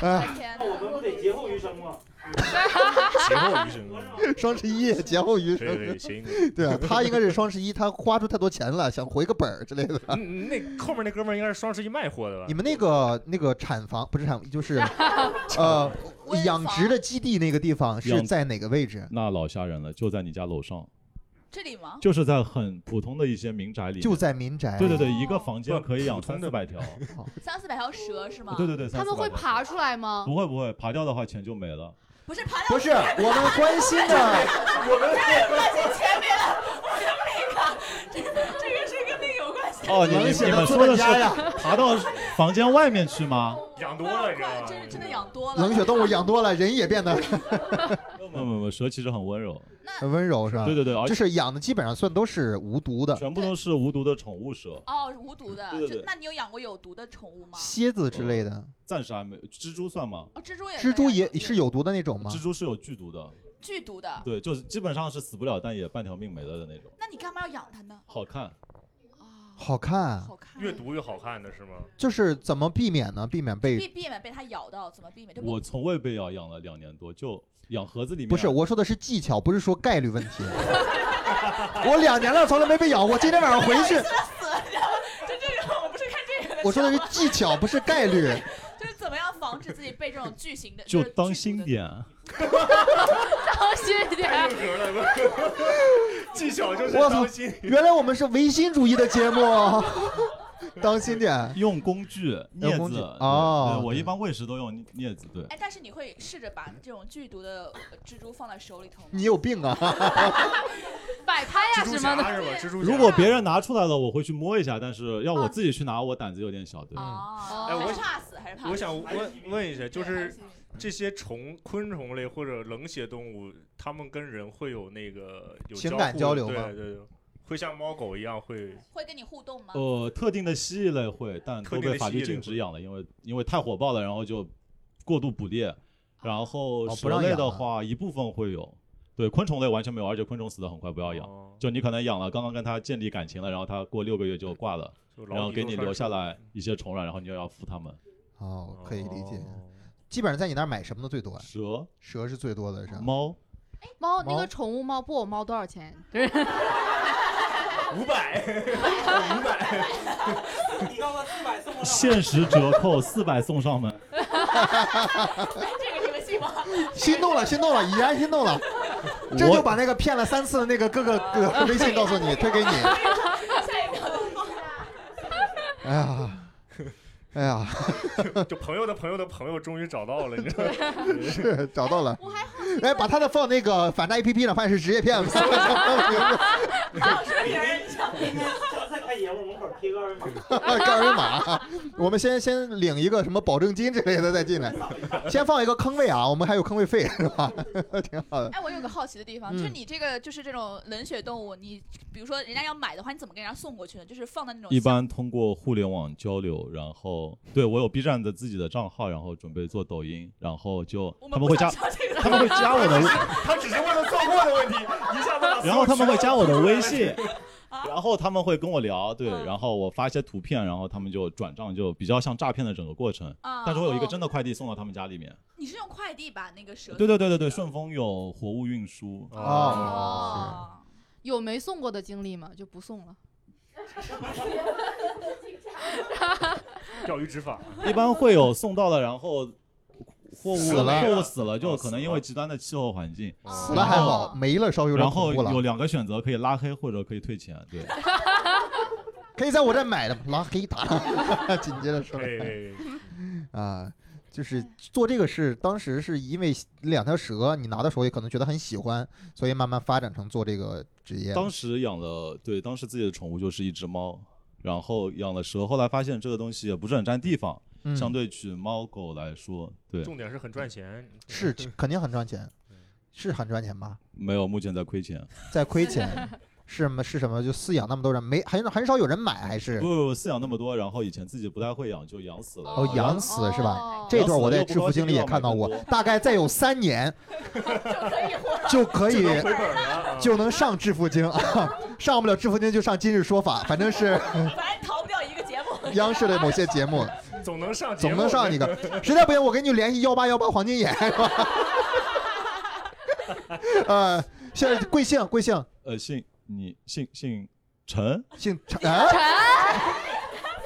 G: 哎
E: 天
D: 我们不得劫后余生吗？
B: 劫后余 生，
G: 双十一节 后余
B: 对
G: 生，
B: 对行。
G: 对啊，他应该是双十一，他花出太多钱了，想回个本儿之类的。
B: 嗯，那后面那哥们儿应该是双十一卖货的吧？
G: 你们那个那个产房不是产，就是 呃
E: 温房
G: 养殖的基地那个地方是
F: 养
G: 在哪个位置？
F: 那老吓人了，就在你家楼上，
E: 这里吗？
F: 就是在很普通的一些民宅里面。
G: 就在民宅。
F: 对对对，一个房间可以养
B: 普通
F: 三
B: 的
F: 四百条。
E: 三四百条蛇是吗？
F: 对对对，
H: 他们会
F: 300-400条
H: 爬。出来吗？
F: 不会不会，爬掉的话钱就没了。
E: 不是爬到
G: 不是我们关心 的，
E: 前面了，我是那个，这这个是跟那个有关系。
F: 哦，你
G: 能
F: 你
G: 写
F: 你
G: 到
F: 们
G: 资
F: 说
G: 本
F: 的是
G: 家呀？
F: 爬到房间外面去吗？
B: 养多了，你知道吗？
E: 真是真的养多了
G: 冷。血动物养多了，人也变得
F: 没有没有没有，蛇其实很温柔。
G: 很温柔，是吧？
F: 对对对，而
G: 就
F: 且
G: 是养的基本上算都啊是无毒的，
F: 全部都是无毒的宠物蛇，
E: 哦，无毒的。
F: 对对
E: 这
F: 对
E: 那你有养过有毒的宠物吗？
G: 蝎子之类的，
F: 暂时还没。蜘蛛算吗？
E: 哦，蜘蛛也可以
G: 蜘蛛也
E: 对
G: 是有毒的那种吗
F: 蜘？蛛是有剧毒的，
E: 剧毒的。
F: 对，就是基本上是死不了，但也半条命没了的那种。
E: 那你干嘛要养它 呢？
F: 好看，
E: 啊，
G: 好看，
E: 好看。
B: 越毒越好看的是吗？
G: 就是怎么避免呢？避免
E: 避
G: 被
E: 避免被它咬到，怎么避免？就不
F: 我从未被咬，养了两年多，就养盒子里面。
G: 不是我说的是技巧，不是说概率问题。我两年了，从来没被咬过，今天晚上回
E: 死
G: 去，
E: 了，然后就这个，我不是看这个的。
G: 我说的是技巧，不是概率。
E: 就是怎么样防止自己被这种巨型的，
F: 就是当
E: 剧
F: 心
E: 毒的。
F: 点，
H: 当心一点，
B: 格了，技巧就是
G: 我操
B: 当心。
G: 原来我们是唯心主义的节目， 当心点。
F: 用 工具镊
G: 工具
F: 子
G: 哦
F: 对对我
G: 对
F: 一般喂食都用镊子，对。
E: 哎，但是你会试着把这种剧毒的呃蜘蛛放在手里头吗？
G: 你有病 啊！
H: 摆拍呀
B: 蜘蛛
H: 什
B: 侠
E: 哎
B: 是
H: 么的。
B: 吧？蜘蛛侠。
F: 如果别人拿出来了，我会去摸一下，但是要我自己去拿，我胆子有点小，对。
E: 哦，
B: 哎
E: 还
B: 我
E: 是怕死还是怕死？
B: 我想问问一下，就
E: 对还
B: 是这些虫、昆虫类或者冷血动物，它们跟人会有那个有
G: 情感
B: 互
G: 交流吗
B: 对对对，会像猫狗一样会
E: 会跟你互动吗？
F: 呃，特定的蜥蜴类会，但
B: 特
F: 都
B: 定的
F: 被法
B: 蜥蜴
F: 律
B: 类
F: 禁
B: 会
F: 止养了，因为因为太火爆了，然后就过度捕猎。然后
G: 哦不
F: 蛇
G: 让
F: 类
G: 养啊
F: 的
G: 了
F: 话，一部分会有，对，昆虫类完全没有，而且昆虫死的很快，不要养。
B: 哦
F: 就你可能养了，刚刚跟它建立感情了，然后它过六个月就挂了，
B: 就牢
F: 然后
B: 底
F: 给
B: 都
F: 你
B: 拴
F: 留
B: 手
F: 下来一些虫卵，然后你又要孵它们。
G: 哦，可以理解。
B: 哦
G: 基本上在你那儿买什么的最多呀？
F: 蛇，
G: 蛇是最多的是吧？
F: 猫，
H: 猫那
G: 猫
H: 个宠物猫布偶猫多少钱？
I: 五百，五百，
D: 你刚刚四百送我
F: 限时折扣四百送上门。
E: 这个你们信吗？
G: 心动了，心动了，已然心动了。这就把那个骗了三次的那个哥 哥哥微信告诉你，推给你。
E: 下一秒钟啊
G: 哎呀，哎 呀，
B: 就朋友的朋友的朋友终于找到了，你知道吗？
G: 是找到了。哎，把他的放那个反诈 APP 上，发现是职业骗子。
D: 在看爷们门口贴个二维码。
G: 二维码，我们先先领一个什么保证金之类的再进来，先放一个坑位啊，我们还有坑位费是吧？ 挺好的。
E: 哎，我有个好奇的地方，
G: 嗯
E: 就是你这个就是这种冷血动物，你比如说人家要买的话，你怎么给人家送过去呢？就是放在那种
F: 一般通过互联网交流，然后对我有 B 站的自己的账号，然后准备做抖音，然后就
E: 我
F: 他
E: 们
F: 们
E: 不
F: 会
E: 想
F: 加，
E: 知道 这个
F: 他们会加我的微，
B: 他只是问了错过的问题，一下子把
F: 然后他们会加我的微信，然后他们会跟我聊，对，然后我发一些图片，然后他们就转账，就比较像诈骗的整个过程。
E: 啊，
F: 但是我有一个
E: 哦
F: 真的快递送到他们家里面，
E: 你是用快递把那个蛇
F: 对对对对对，顺丰有活物运输，
G: 哦，
E: 哦，
H: 有没送过的经历吗？就不送了。
B: 钓鱼执 法，
F: 一般会有送到了，然后货物
G: 死了
F: 货物死了，就
B: 哦
F: 可
B: 死
F: 能因
B: 了
F: 为极端的气候环境，
G: 死了还好，没了稍微有点
F: 哦然
G: 恐
F: 后
G: 怖了
F: 有。两个选择，可以拉黑或者可以退钱，对。
G: 可以在我这买的，拉黑他。 紧接着说
B: 哎，哎
G: 啊，就是做这个事，当时是因为两条蛇，你拿到手里可能觉得很喜欢，所以慢慢发展成做这个职业。
F: 当时养了，对，当时自己的宠物就是一只猫，然后养了蛇，后来发现这个东西也不是很占地方，
G: 嗯
F: 相对取猫狗来说，对，
B: 重点是很赚钱，
G: 是肯定很赚钱，是很赚钱吧？
F: 没有，目前在亏钱。
G: 在亏钱。 是吗？是什么？就饲养那么多人，没很很少有人买，还是
F: 不不不，饲养那么多，然后以前自己不太会养，就养死了。
G: 哦养死是吧？
H: 哦
G: 这
F: 养
G: 段
F: 死
G: 我在
F: 了又不
G: 致
F: 高
G: 富经
F: 兴
G: 理
F: 又
G: 也
F: 要
G: 看
F: 买
G: 到
F: 更
G: 过
F: 多，
G: 大概再有三 年就可以
B: 回本了。啊
G: 就能上致富经啊， 上不了致富经就上今日说法，反正是
E: 哦反正逃不掉一个节目。
G: 央 视的某些节目，
B: 总能上节目，
G: 总能上一个。实在不行，我给你联系幺八幺八黄金眼，是吧？ 呃，现在贵姓？贵姓？
F: 呃，姓你姓姓 陈，
G: 姓陈？啊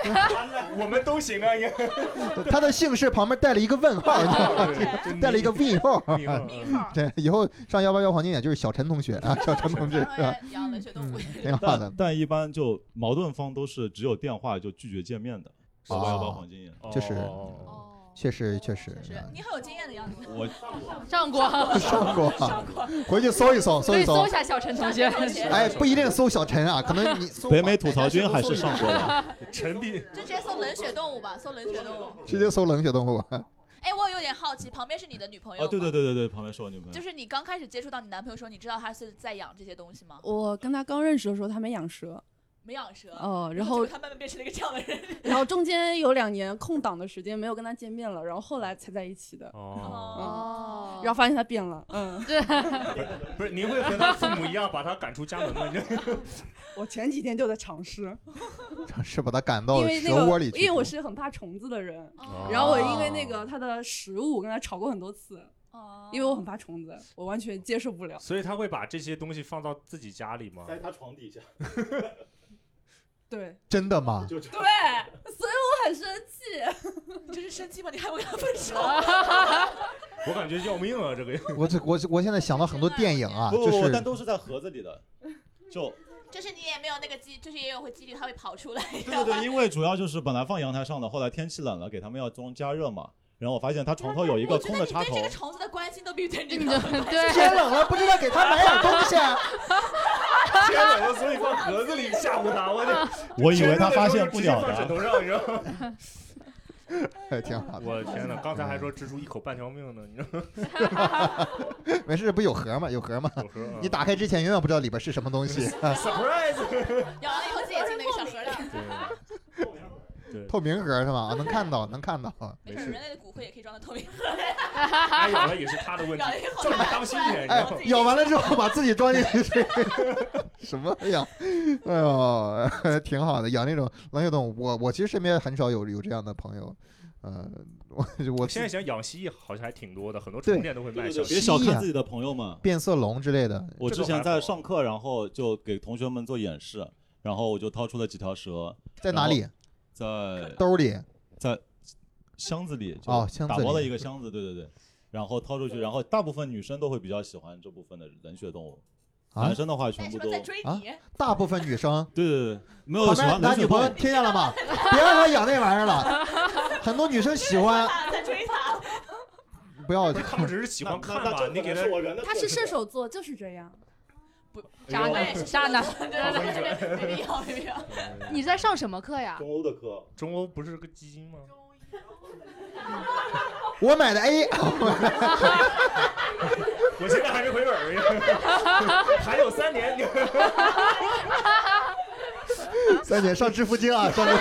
B: 我们都行啊，应该
G: 他的姓氏旁边带了一个问号， 带了一个 V 号。 对，以后上幺八幺黄金眼就是小陈同学啊，小陈同志
E: 然后
G: 是 吧？
E: 人家哎养冷血动物，
G: 挺好的
F: 但。但一般就矛盾方都是只有电话就拒绝见面的，是
G: 哦
F: 吧？要不要黄金眼？
G: 就是
B: 哦
G: 确实确实，啊
E: 是你很有经验的样子。
F: 我
H: 上过，
G: 上过， 回去搜一搜，搜
H: 可以
G: 一
H: 搜一下小陈同学。
G: 哎，不一定搜小陈啊，可能你搜
F: 北美吐槽君还是上过的，
B: 陈碧
E: 就直接搜冷血动物吧，搜冷血动物。
G: 直接搜冷血动物。
E: 哎，我有点好奇，旁边是你的女朋友
F: 啊，
E: 吗？
F: 对对对对对，旁边是我女朋
E: 就
F: 友。
E: 是你刚开始接触到你男朋友的时候，你知道他是在养这些东西吗？
J: 我跟他刚认识的时候，他没养蛇
E: 没养蛇，
J: 哦，然
E: 结
J: 后
E: 果他慢慢变成了一个这样的人。
J: 然后中间有两年空档的时间没有跟他见面了，然后后来才在一起的，
B: 哦，
H: 哦
J: 然后发现他变了，嗯，
B: 不是您会和他父母一样把他赶出家门吗？
J: 我前几天就在尝试，
G: 是把它赶到
J: 因为那
G: 蛇窝
J: 个
G: 里去。
J: 因为我是很怕虫子的人，
B: 哦
J: 然后我因为那个他的食物跟他吵过很多次，
E: 哦
J: 因为我很怕虫子，我完全接受不了。
B: 所以他会把这些东西放到自己家里吗？
I: 在他床底下，
J: 对，
G: 真的吗？
I: 就这
J: 对，所以我很生气。
E: 你这是生气吗？你还不跟他分手？
J: 啊
B: 我感觉要命啊，这个
G: 我这我我现在想到很多电影啊，
F: 不
G: 就
F: 不不，但
G: 是
F: 都是在盒子里的， 就
E: 就是你也没有那个机，就是也有会几率他会跑出来。
F: 对对对，因为主要就是本来放阳台上的，后来天气冷了，给他们要装加热嘛。然后我发现他床头有一个
E: 我觉
F: 空
E: 得
F: 的
E: 你
F: 插
E: 对
F: 头
E: 这，个虫子的关心都比对你
H: 你就
E: 的。
H: 对，
G: 天冷了不知道给它买 点东西啊，
B: 天冷了，所以放盒子里吓唬他。我这
F: 我以为他发现不了
B: 放枕
F: 的。
B: 头上，你知道吗？
G: 哎挺好的。
B: 我天哪，刚才还说蜘蛛一口半条命呢，你知道
G: 没事，不有盒吗？有盒吗？
B: 吗？
G: 你打开之前永远不知道里边是什么 东西。
B: 嗯 surprise，
E: 养完了以后自己进那个小盒里。
B: 对对，
G: 透明盒是吧？啊能看到，能看到。
E: 没事，人类的骨灰也可以装在透明盒。，
B: 他哎咬了也是他的 问题叫你当心点。你知
G: 哎
B: 道吗，
G: 咬完了之后把自己装进去， 什么呀？哎呦， 挺好的，养那种冷血动物。我我其实身边很少有有这样的朋友，呃，我 我
B: 现在想养蜥蜴好像还挺多的，很多宠物店都会卖小蜥蜴。
F: 别小
G: 啊
F: 看自己的朋友们。
G: 变色龙之类的，
F: 我之前在上课，然后就给同学们做演示，然后我就掏出了几条蛇，
G: 在哪里？
F: 在
G: 兜里，啊
F: 在箱子里就
G: 哦箱子
F: 打
G: 里
F: 包了一个箱子，对对对，然后掏出去，然后大部分女生都会比较喜欢这部分的冷血动物，
G: 啊
F: 男生的话全部都
G: 啊，大部分女生
F: 对对对，没
G: 旁
F: 有喜
G: 边
F: 欢
G: 拿
F: 冷血
G: 女朋友
F: 动物。
G: 听见了吗？别让她养那玩意儿了，很多女生喜欢，
E: 在追他，
G: 不要
B: 他们只是喜欢看吧，你给他。
J: 他是射手座，就是这样。
E: 哎
H: 渣男，渣男，渣
B: 男
H: 男，
E: 没必要，没必要。
H: 你在上什么课
B: 啊
H: 呀？
F: 欧的课，
B: 中欧不是个基因吗？
G: 我买的 A，
B: 我现在还没回本儿，还有三年。
G: 三姐上致富经啊，上致富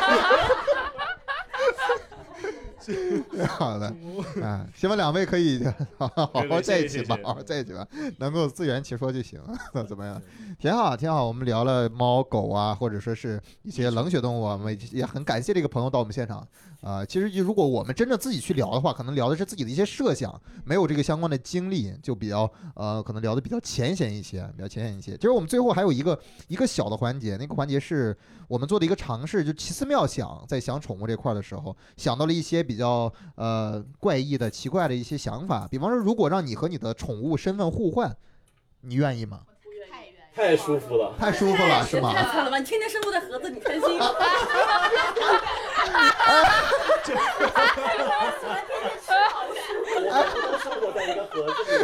G: 经。好的，啊，希望两位可以好好在一
B: 谢谢谢，
G: 起吧
B: 谢
G: 好好在一起吧，能够自圆其说就行， 怎么样？挺好，挺好。我们聊了猫狗啊，或者说是一些冷血动物啊，我们也很感谢这个朋友到我们现场。啊、其实就如果我们真的自己去聊的话，可能聊的是自己的一些设想，没有这个相关的经历，就比较呃，可能聊的比较浅显一些，比较浅显一些。就是我们最后还有一个一个小的环节，那个环节是我们做的一个尝试，就奇思妙想，在想宠物这块儿的时候，想到了一些比较呃怪异的、奇怪的一些想法。比方说，如果让你和你的宠物身份互换，你愿意吗？
I: 太舒服 了，
G: 太舒服了，是吗？
K: 太惨了吧！你天天生活在盒子里，开心。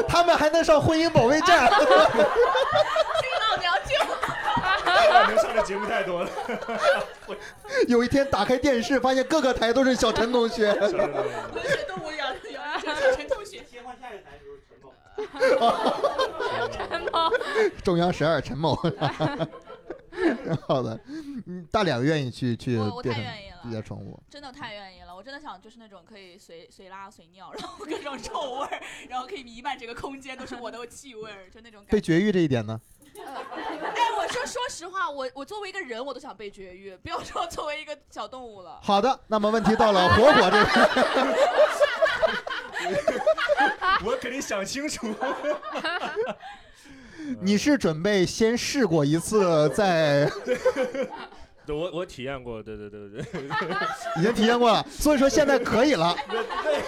G: 他们还能上婚姻保卫战。
E: 老娘就。
B: 我们上的节目太多了。
G: 有一天打开电视，发现各个台都是小陈同学。
E: 冷血动物养 养成陈同学。切换下一台时候，陈宝。
G: 中央十二陈某。 好的，嗯，大两愿意去去
E: 哦我我太
G: 变成
E: 愿意了
G: 自己的宠物。
E: 真的太愿意了，我真的想就是那种可以随随拉随尿，然后各种臭味儿，然后可以弥漫整个空间，都是我的气味儿，就那种感
G: 被
E: 觉。
G: 绝育这一点呢？
E: 哎，我说说实话，我我作为一个人，我都想被绝育，不要说作为一个小动物了。
G: 好的，那么问题到了火火这边。
B: 我肯定想清楚。
G: 你是准备先试过一次，再
B: 对，我我体验过，对对对对对。
G: 已经体验过了，所以说现在可以了，
B: 可以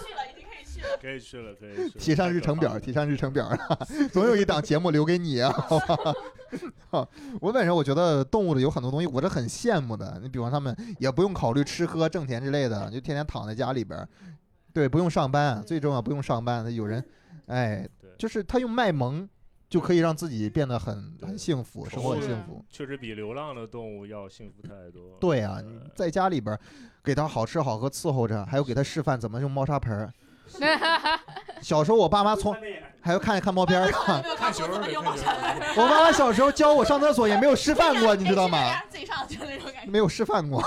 B: 去了，可以去了。
G: 提上日程表，提上日程表， 总有一档节目留给你啊， 好吧？好我本身我觉得动物的有很多东西我是很羡慕的，你比方他们也不用考虑吃喝挣钱之类的，就天天躺在家里边儿，对，不用上班，最重要不用上班。有人，哎，就是他用卖萌就可以让自己变得很很幸福，生活很幸福。
B: 福，确实比流浪的动物要幸福太多。
G: 对啊，你在家里边儿给他好吃好喝伺候着，还有给他示范怎么用猫砂盆儿。 小时候我爸 妈从还要看一看猫片儿，
E: 看球怎么有 毛
G: 我妈妈小时候教我上厕所也没有示范啊过，你 知道吗？
E: 自己上去那种感觉。
G: 没有示范过。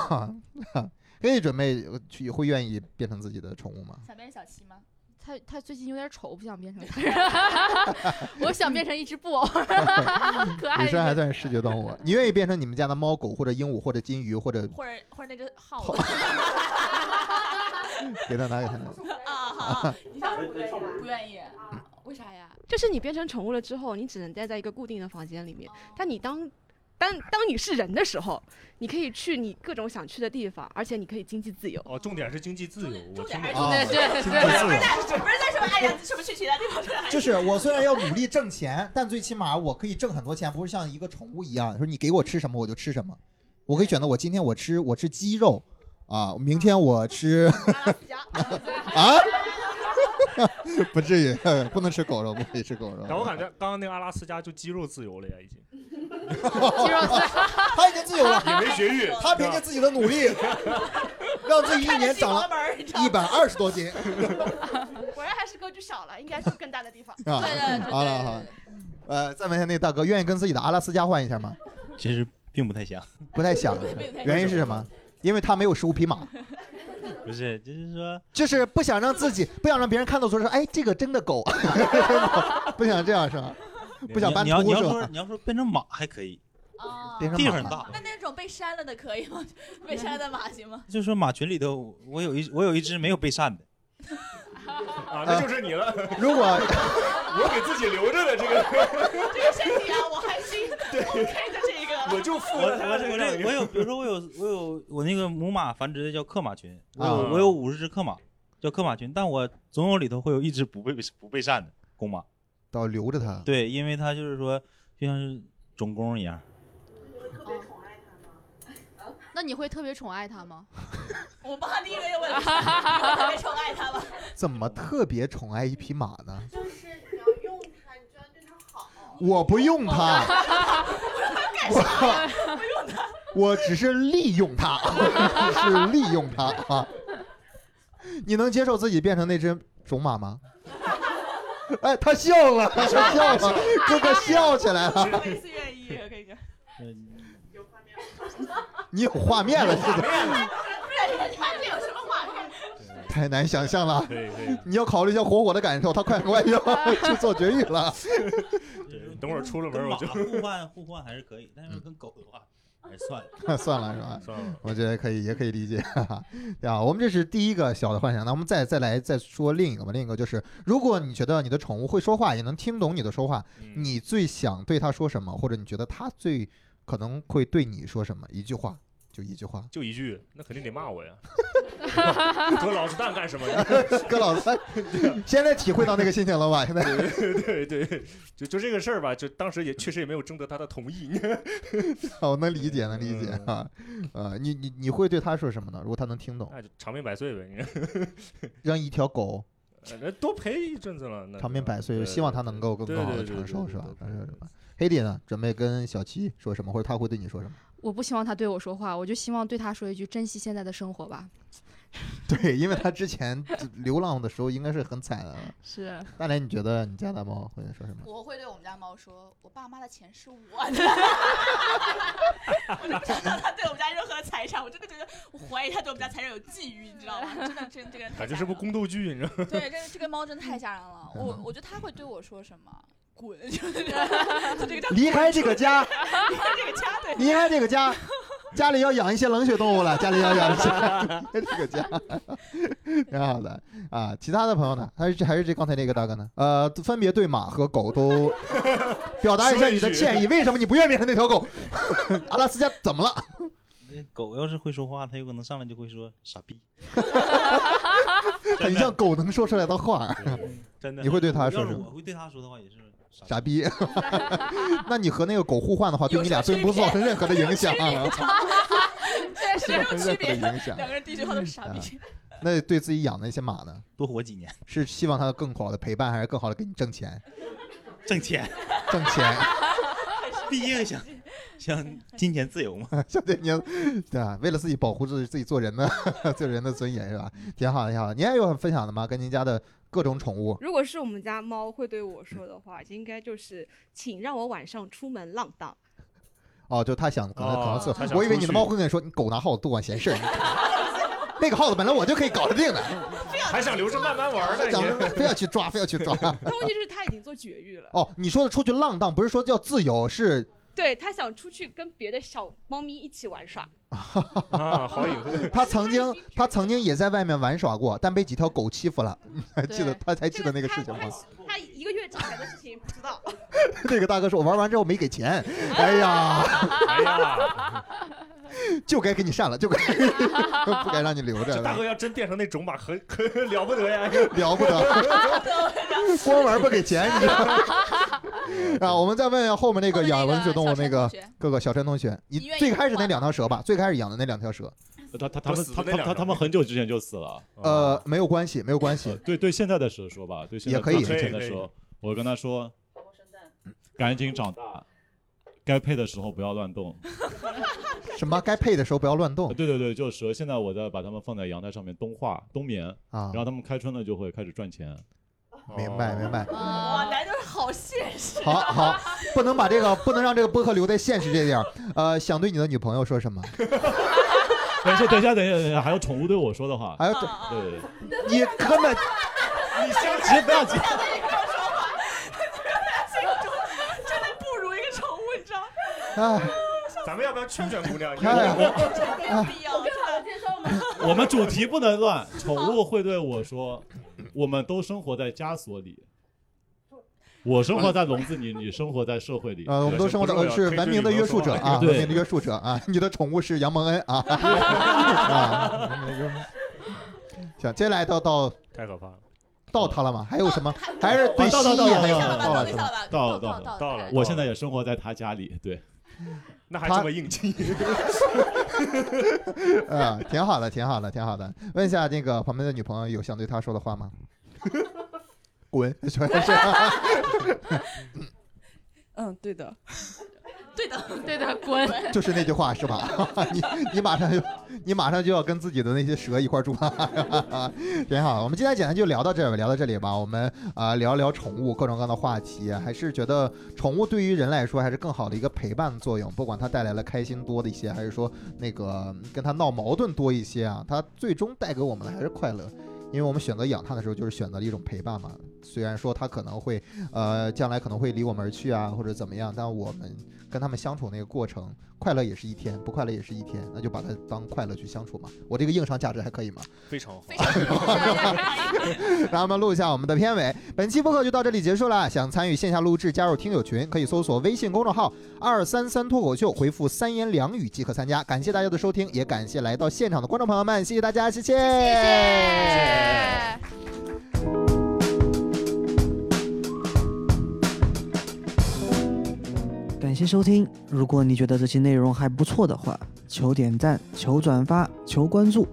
G: 可以准备去会愿意变成自己的宠物吗？
E: 想变成小七吗？
H: 他他最近有点丑，不想变成他。 我想变成一只布 偶，可爱
G: 女生还
H: 的。
G: 算是视觉动物，你愿意变成你们家的猫狗或者鹦鹉或者金鱼或者
E: 或者或者那只 耗子。
G: 给它拿给它？
E: 啊，好， 你想不愿意？不愿意？ 为啥呀？
K: 就是你变成宠物了之后，你只能待在一个固定的房间里
H: 哦
K: 面。但你当当当你是人的时候，你可以去你各种想去的地方，而且你可以经济自由。
B: 哦，重点是经济自由，我听懂
G: 重点还
B: 了。
G: 是对对
B: 经
G: 对
B: 济
E: 不
B: 自
E: 是
B: 由。
E: 在不是在说哎呀什么去其他地方去了，
G: 就是我虽然要努力挣钱，但最起码我可以挣很多钱，不是像一个宠物一样，说你给我吃什么我就吃什么。我可以选择我今天我吃我吃鸡肉，啊，明天我吃啊， 不至于，不能吃狗肉，不可以吃狗肉。
B: 但我感觉刚刚那个阿拉斯加就肌肉自由了呀，已经。
G: 他已经自由了，
B: 也没绝育
G: 他凭借自己的努力，让自己一年长了一百二十多斤。
K: 果然还是格局小了，应该去更大的地 方
G: 啊，好了好了，呃，再问一下那个大哥，愿意跟自己的阿拉斯加换一下吗？
D: 其实并不太想，。
G: 不太 想原因是什么？因为他没有十五匹马，
D: 不是，就是说
G: 就是不想让自己，不想让别人看到说说，哎，这个真的狗， 不想这样是吧？不想搬
D: 你要你
G: 秃
D: 要
G: 是
D: 说
G: 吧？
D: 你要说变成马还可以，
E: 哦
G: 变成
D: 地
G: 马
D: 方很
G: 了
D: 大。
E: 那那种被删了的可以吗？ 被删了的马行吗？
D: 就说马群里头，我有一我有一只没有被扇的，
B: 啊，那就是你了。
G: 如果
B: 我给自己留着的这个，
E: 这个身体啊，我还是 OK 的这个。
B: 我就
D: 我
B: 服
D: 我
B: 了他的这
D: 我
B: 个
D: 这我有，比如说我有我有我那个母马繁殖的叫克马群，我有、
B: 啊
D: 我有五十只克马，叫克马群，但我总有里头会有一只不被不被扇的公马，
G: 倒留着它。
D: 对，因为它就是说就像是种公一样，
H: 那你会特别宠爱他吗？
E: 我爸第一个就 问了，你会特别宠爱他吗？
G: 怎么特别宠爱一匹马呢？
E: 就是你要用它，你就要对它好。
G: 我不用它，
E: 干啥呀？我用它。
G: 我只是利用它，我只是利用它啊！你能接受自己变成那只种 马吗？哎，他笑了，他笑了，哥哥笑起来了。
E: 每次愿意，我跟你讲。
G: 你有画面了，现
E: 不
G: 在
E: 然你看这有什么画面？
G: 太难想象了。你要考虑一下火火的感受，他快快要去做绝育了。
B: 等会儿出了门我就
D: 跟马互换 互换还是可以，但是跟狗的话还是算了。
G: 算了是吧？
B: 算了，
G: 我觉得可以，也可以理解，哈哈。对啊，我们这是第一个小的幻想，那我们再再来再说另一个吧。另一个就是，如果你觉得你的宠物会说话，也能听懂你的说话，
B: 嗯
G: 你最想对它说什么，或者你觉得它最可能会对你说什么？一句话，就一句话。
B: 就一句，那肯定得骂我呀！割老子蛋干什么？
G: 哥老三，现在体会到那个心情了吧？现在
B: 对对对，就就这个事儿吧，就当时也确实也没有征得他的同意。
G: 我能理解，能理解啊。呃，你你你会对它说什么呢？如果它能听懂，
B: 那就长命百岁呗，你
G: 让一条狗
B: 那多陪一阵子了，那
G: 长命百岁，
B: 对
G: 希望它能够更
B: 对
G: 更好
B: 对
G: 的
B: 对
G: 长
B: 对
G: 寿，
B: 对
G: 是吧
B: 对？
G: 长寿是吧？黑弟呢？准备跟小七说什么，或者他会对你 说什么？
H: 我不希望他对我说话，我就希望对他说一句：珍惜现在的生活吧。
G: 对，因为他之前流浪的时候应该是很惨的。
H: 是
G: 大连，你觉得你家大猫会说什么？
E: 我会对我们家猫说，我爸妈的钱是我 的。我就看到他对我们家任何的财产，我真的觉得我怀疑他对我们家财产有觊觎，你知道吗？真的，真这个人太
B: 感觉
E: 吓
B: 是
E: 人
B: 不
E: 了。
B: 宫斗剧，你知道吗？
E: 对，这这个猫真的太吓人了。我我觉得它会对我说什么？滚！ 就是这个叫
G: 离开这个家，
E: 离开这个家，对，
G: 离开这个家，家里要养一些冷血动物了，家里要养一些 离开这个家， 挺好的啊。其他的朋友呢？还是这还是这刚才那个大哥呢？呃，分别对马和 狗都表达一下你的歉意，为什么你不愿意变成那 条狗？阿拉斯加怎么了？
D: 那狗要是会说话，它有可能上来就会说傻逼，
G: 很像狗能说出来的话。
D: 真的。
G: 你会对它说
D: 要
G: 什
D: 是
G: 么
D: 我？会对它说的话也是傻
G: 傻逼。那你和那个狗互换的话，对你俩并不造成任何的影响啊。
E: 这是有区别
G: 没有
E: 的
G: 影 响。
E: 两个人第一句话都是傻
G: 啊
E: 逼。
G: 那对自己养的那些马呢？
D: 多活几年，
G: 是希望它更好的陪伴，还是更好的给你挣钱？
D: 挣钱，
G: 挣钱，
D: 毕竟想想金钱自由 嘛。
G: 像对你，对啊，为了自己保护自己，自己做人的 做人的尊严是吧？挺好的，挺好的。您还有分享的吗？跟您家的各种宠物？
C: 如果是我们家猫会对我说的话，应该就是请让我晚上出门浪荡。
G: 哦，就它想可能可能
B: 它
G: 是，
B: 哦想
G: 我以
B: 出
G: 为你的
B: 去
G: 猫会跟你说，你狗拿耗子多管闲事儿。 那个耗子本来我就可以搞得定的，
B: 还想留着慢慢玩
G: 讲
B: 呢。
G: 非要去抓，非要去抓。
C: 但问题是它已经做绝育了，
G: 哦，你说的出去浪荡，不是说叫自由，是
C: 对它想出去跟别的小猫咪一起玩耍。
B: 啊，好隐晦。
G: 他曾经，他曾经也在外面玩耍过，但被几条狗欺负了。 你还记得他还记得那个事情吗？
C: 它一个月之前的事情不知道。
G: 那个大哥说：“我玩完之后没给 钱，哎呀，
B: 哎呀，
G: 就该给你扇了，就该 不该让你留着
B: 这大哥
G: 了，
B: 要真变成那种马，可 可了不得呀！
G: 了不 得，光玩不给钱。”你知 道吗啊，我们再问一下后面那个养冷血动物那个哥哥小陈同学，你
E: 你愿意
G: 最开始那两条蛇吧，最开始养的那两条蛇，
F: 他他他
B: 都
F: 们
B: 死
F: 他
B: 的那
F: 他
B: 两
F: 他
B: 条
F: 他们很久之前就死了。
B: 啊哦
G: 呃，没有关系，没有关 系，
F: 对对，现在的蛇说吧，对现在
G: 也可以
F: 之前的
B: 可以可以
F: 蛇，我跟他说，赶紧长大，该配的时候不要乱动。
G: 什么该配的时候不要乱动
F: 对对对，就是蛇。现在我在把它们放在阳台上面冬化冬眠
G: 啊
F: 然后它们开春了就会开始赚钱。
G: 明白明白。
H: 啊
E: 哇，男就是好现实、
G: 好好，不能把这个不能让这个播客留在现实这点儿。呃，想对你的女朋友说什么？
F: 等一下，等一下，等一下，等一下，还有宠物对我说的话，
G: 还有
F: 对对
G: 对，哎你根本，
F: 你先急不要急。
E: 真的不如一个宠物，你知道？
G: 哎，
L: 咱们要不要劝劝姑 娘？
F: 哎呀
E: 没必要。我跟老
H: 介绍
F: 我们主题不能乱，宠物会对我说：“我们都生活在枷锁里。”我生活在笼子里，你生活在社会里。
G: 呃，我们都生活在呃是文明的约束者啊，文
F: 对
G: 明的约束者啊。你的宠物是杨蒙恩啊。 啊，行，接下来到到
B: 太可怕了。
G: 到他了吗？还有什么？还是对
F: 啊到
G: 蜥
F: 到到
G: 蜴
F: 了
G: 还有
F: 到
G: 到了
F: 了
G: 是吗？
F: 到了到
G: 到了
F: 我现在也生活在他家里，对。
L: 那
G: 还这么
L: 硬气？
G: 呃，挺好的，挺好的，挺好的。问一下那个旁边的女朋友，有想对他说的话吗？ 滚！ 是
J: 嗯，对的，
E: 对的，
H: 对的，滚！
G: 就是那句话是吧？你你马上就你马上就要跟自己的那些蛇一块儿住了， 挺好。我们今天简单就聊到这儿，聊到这里吧。我们啊、聊聊宠物各种各样的话题，还是觉得宠物对于人来说还是更好的一个陪伴作用，不管它带来了开心多的一些，还是说那个跟它闹矛盾多一些啊，它最终带给我们的还是快乐。因为我们选择养它的时候，就是选择了一种陪伴嘛。虽然说它可能会，呃，将来可能会离我们而去啊，或者怎么样，但我们跟它们相处那个过程，快乐也是一天，不快乐也是一天，那就把它当快乐去相处嘛。我这个硬伤价值还可 以吗？
B: 非常好。
G: 让我们录一下我们的片尾。本期播客就到这里结束了。想参与线下录制、加入听友群，可以搜索微信公众号“二三三脱口秀”，回复“三言两语”即可参加。感谢大家的收听，也感谢来到现场的观众朋友们，谢谢大家，谢谢。
M: 感谢收听。如果你觉得这期内容还不错的话，求点赞、求转发、求关注。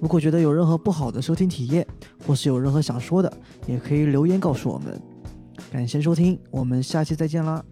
M: 如果觉得有任何不好的收听体验，或是有任何想说的，也可以留言告诉我们。感谢收听，我们下期再见啦！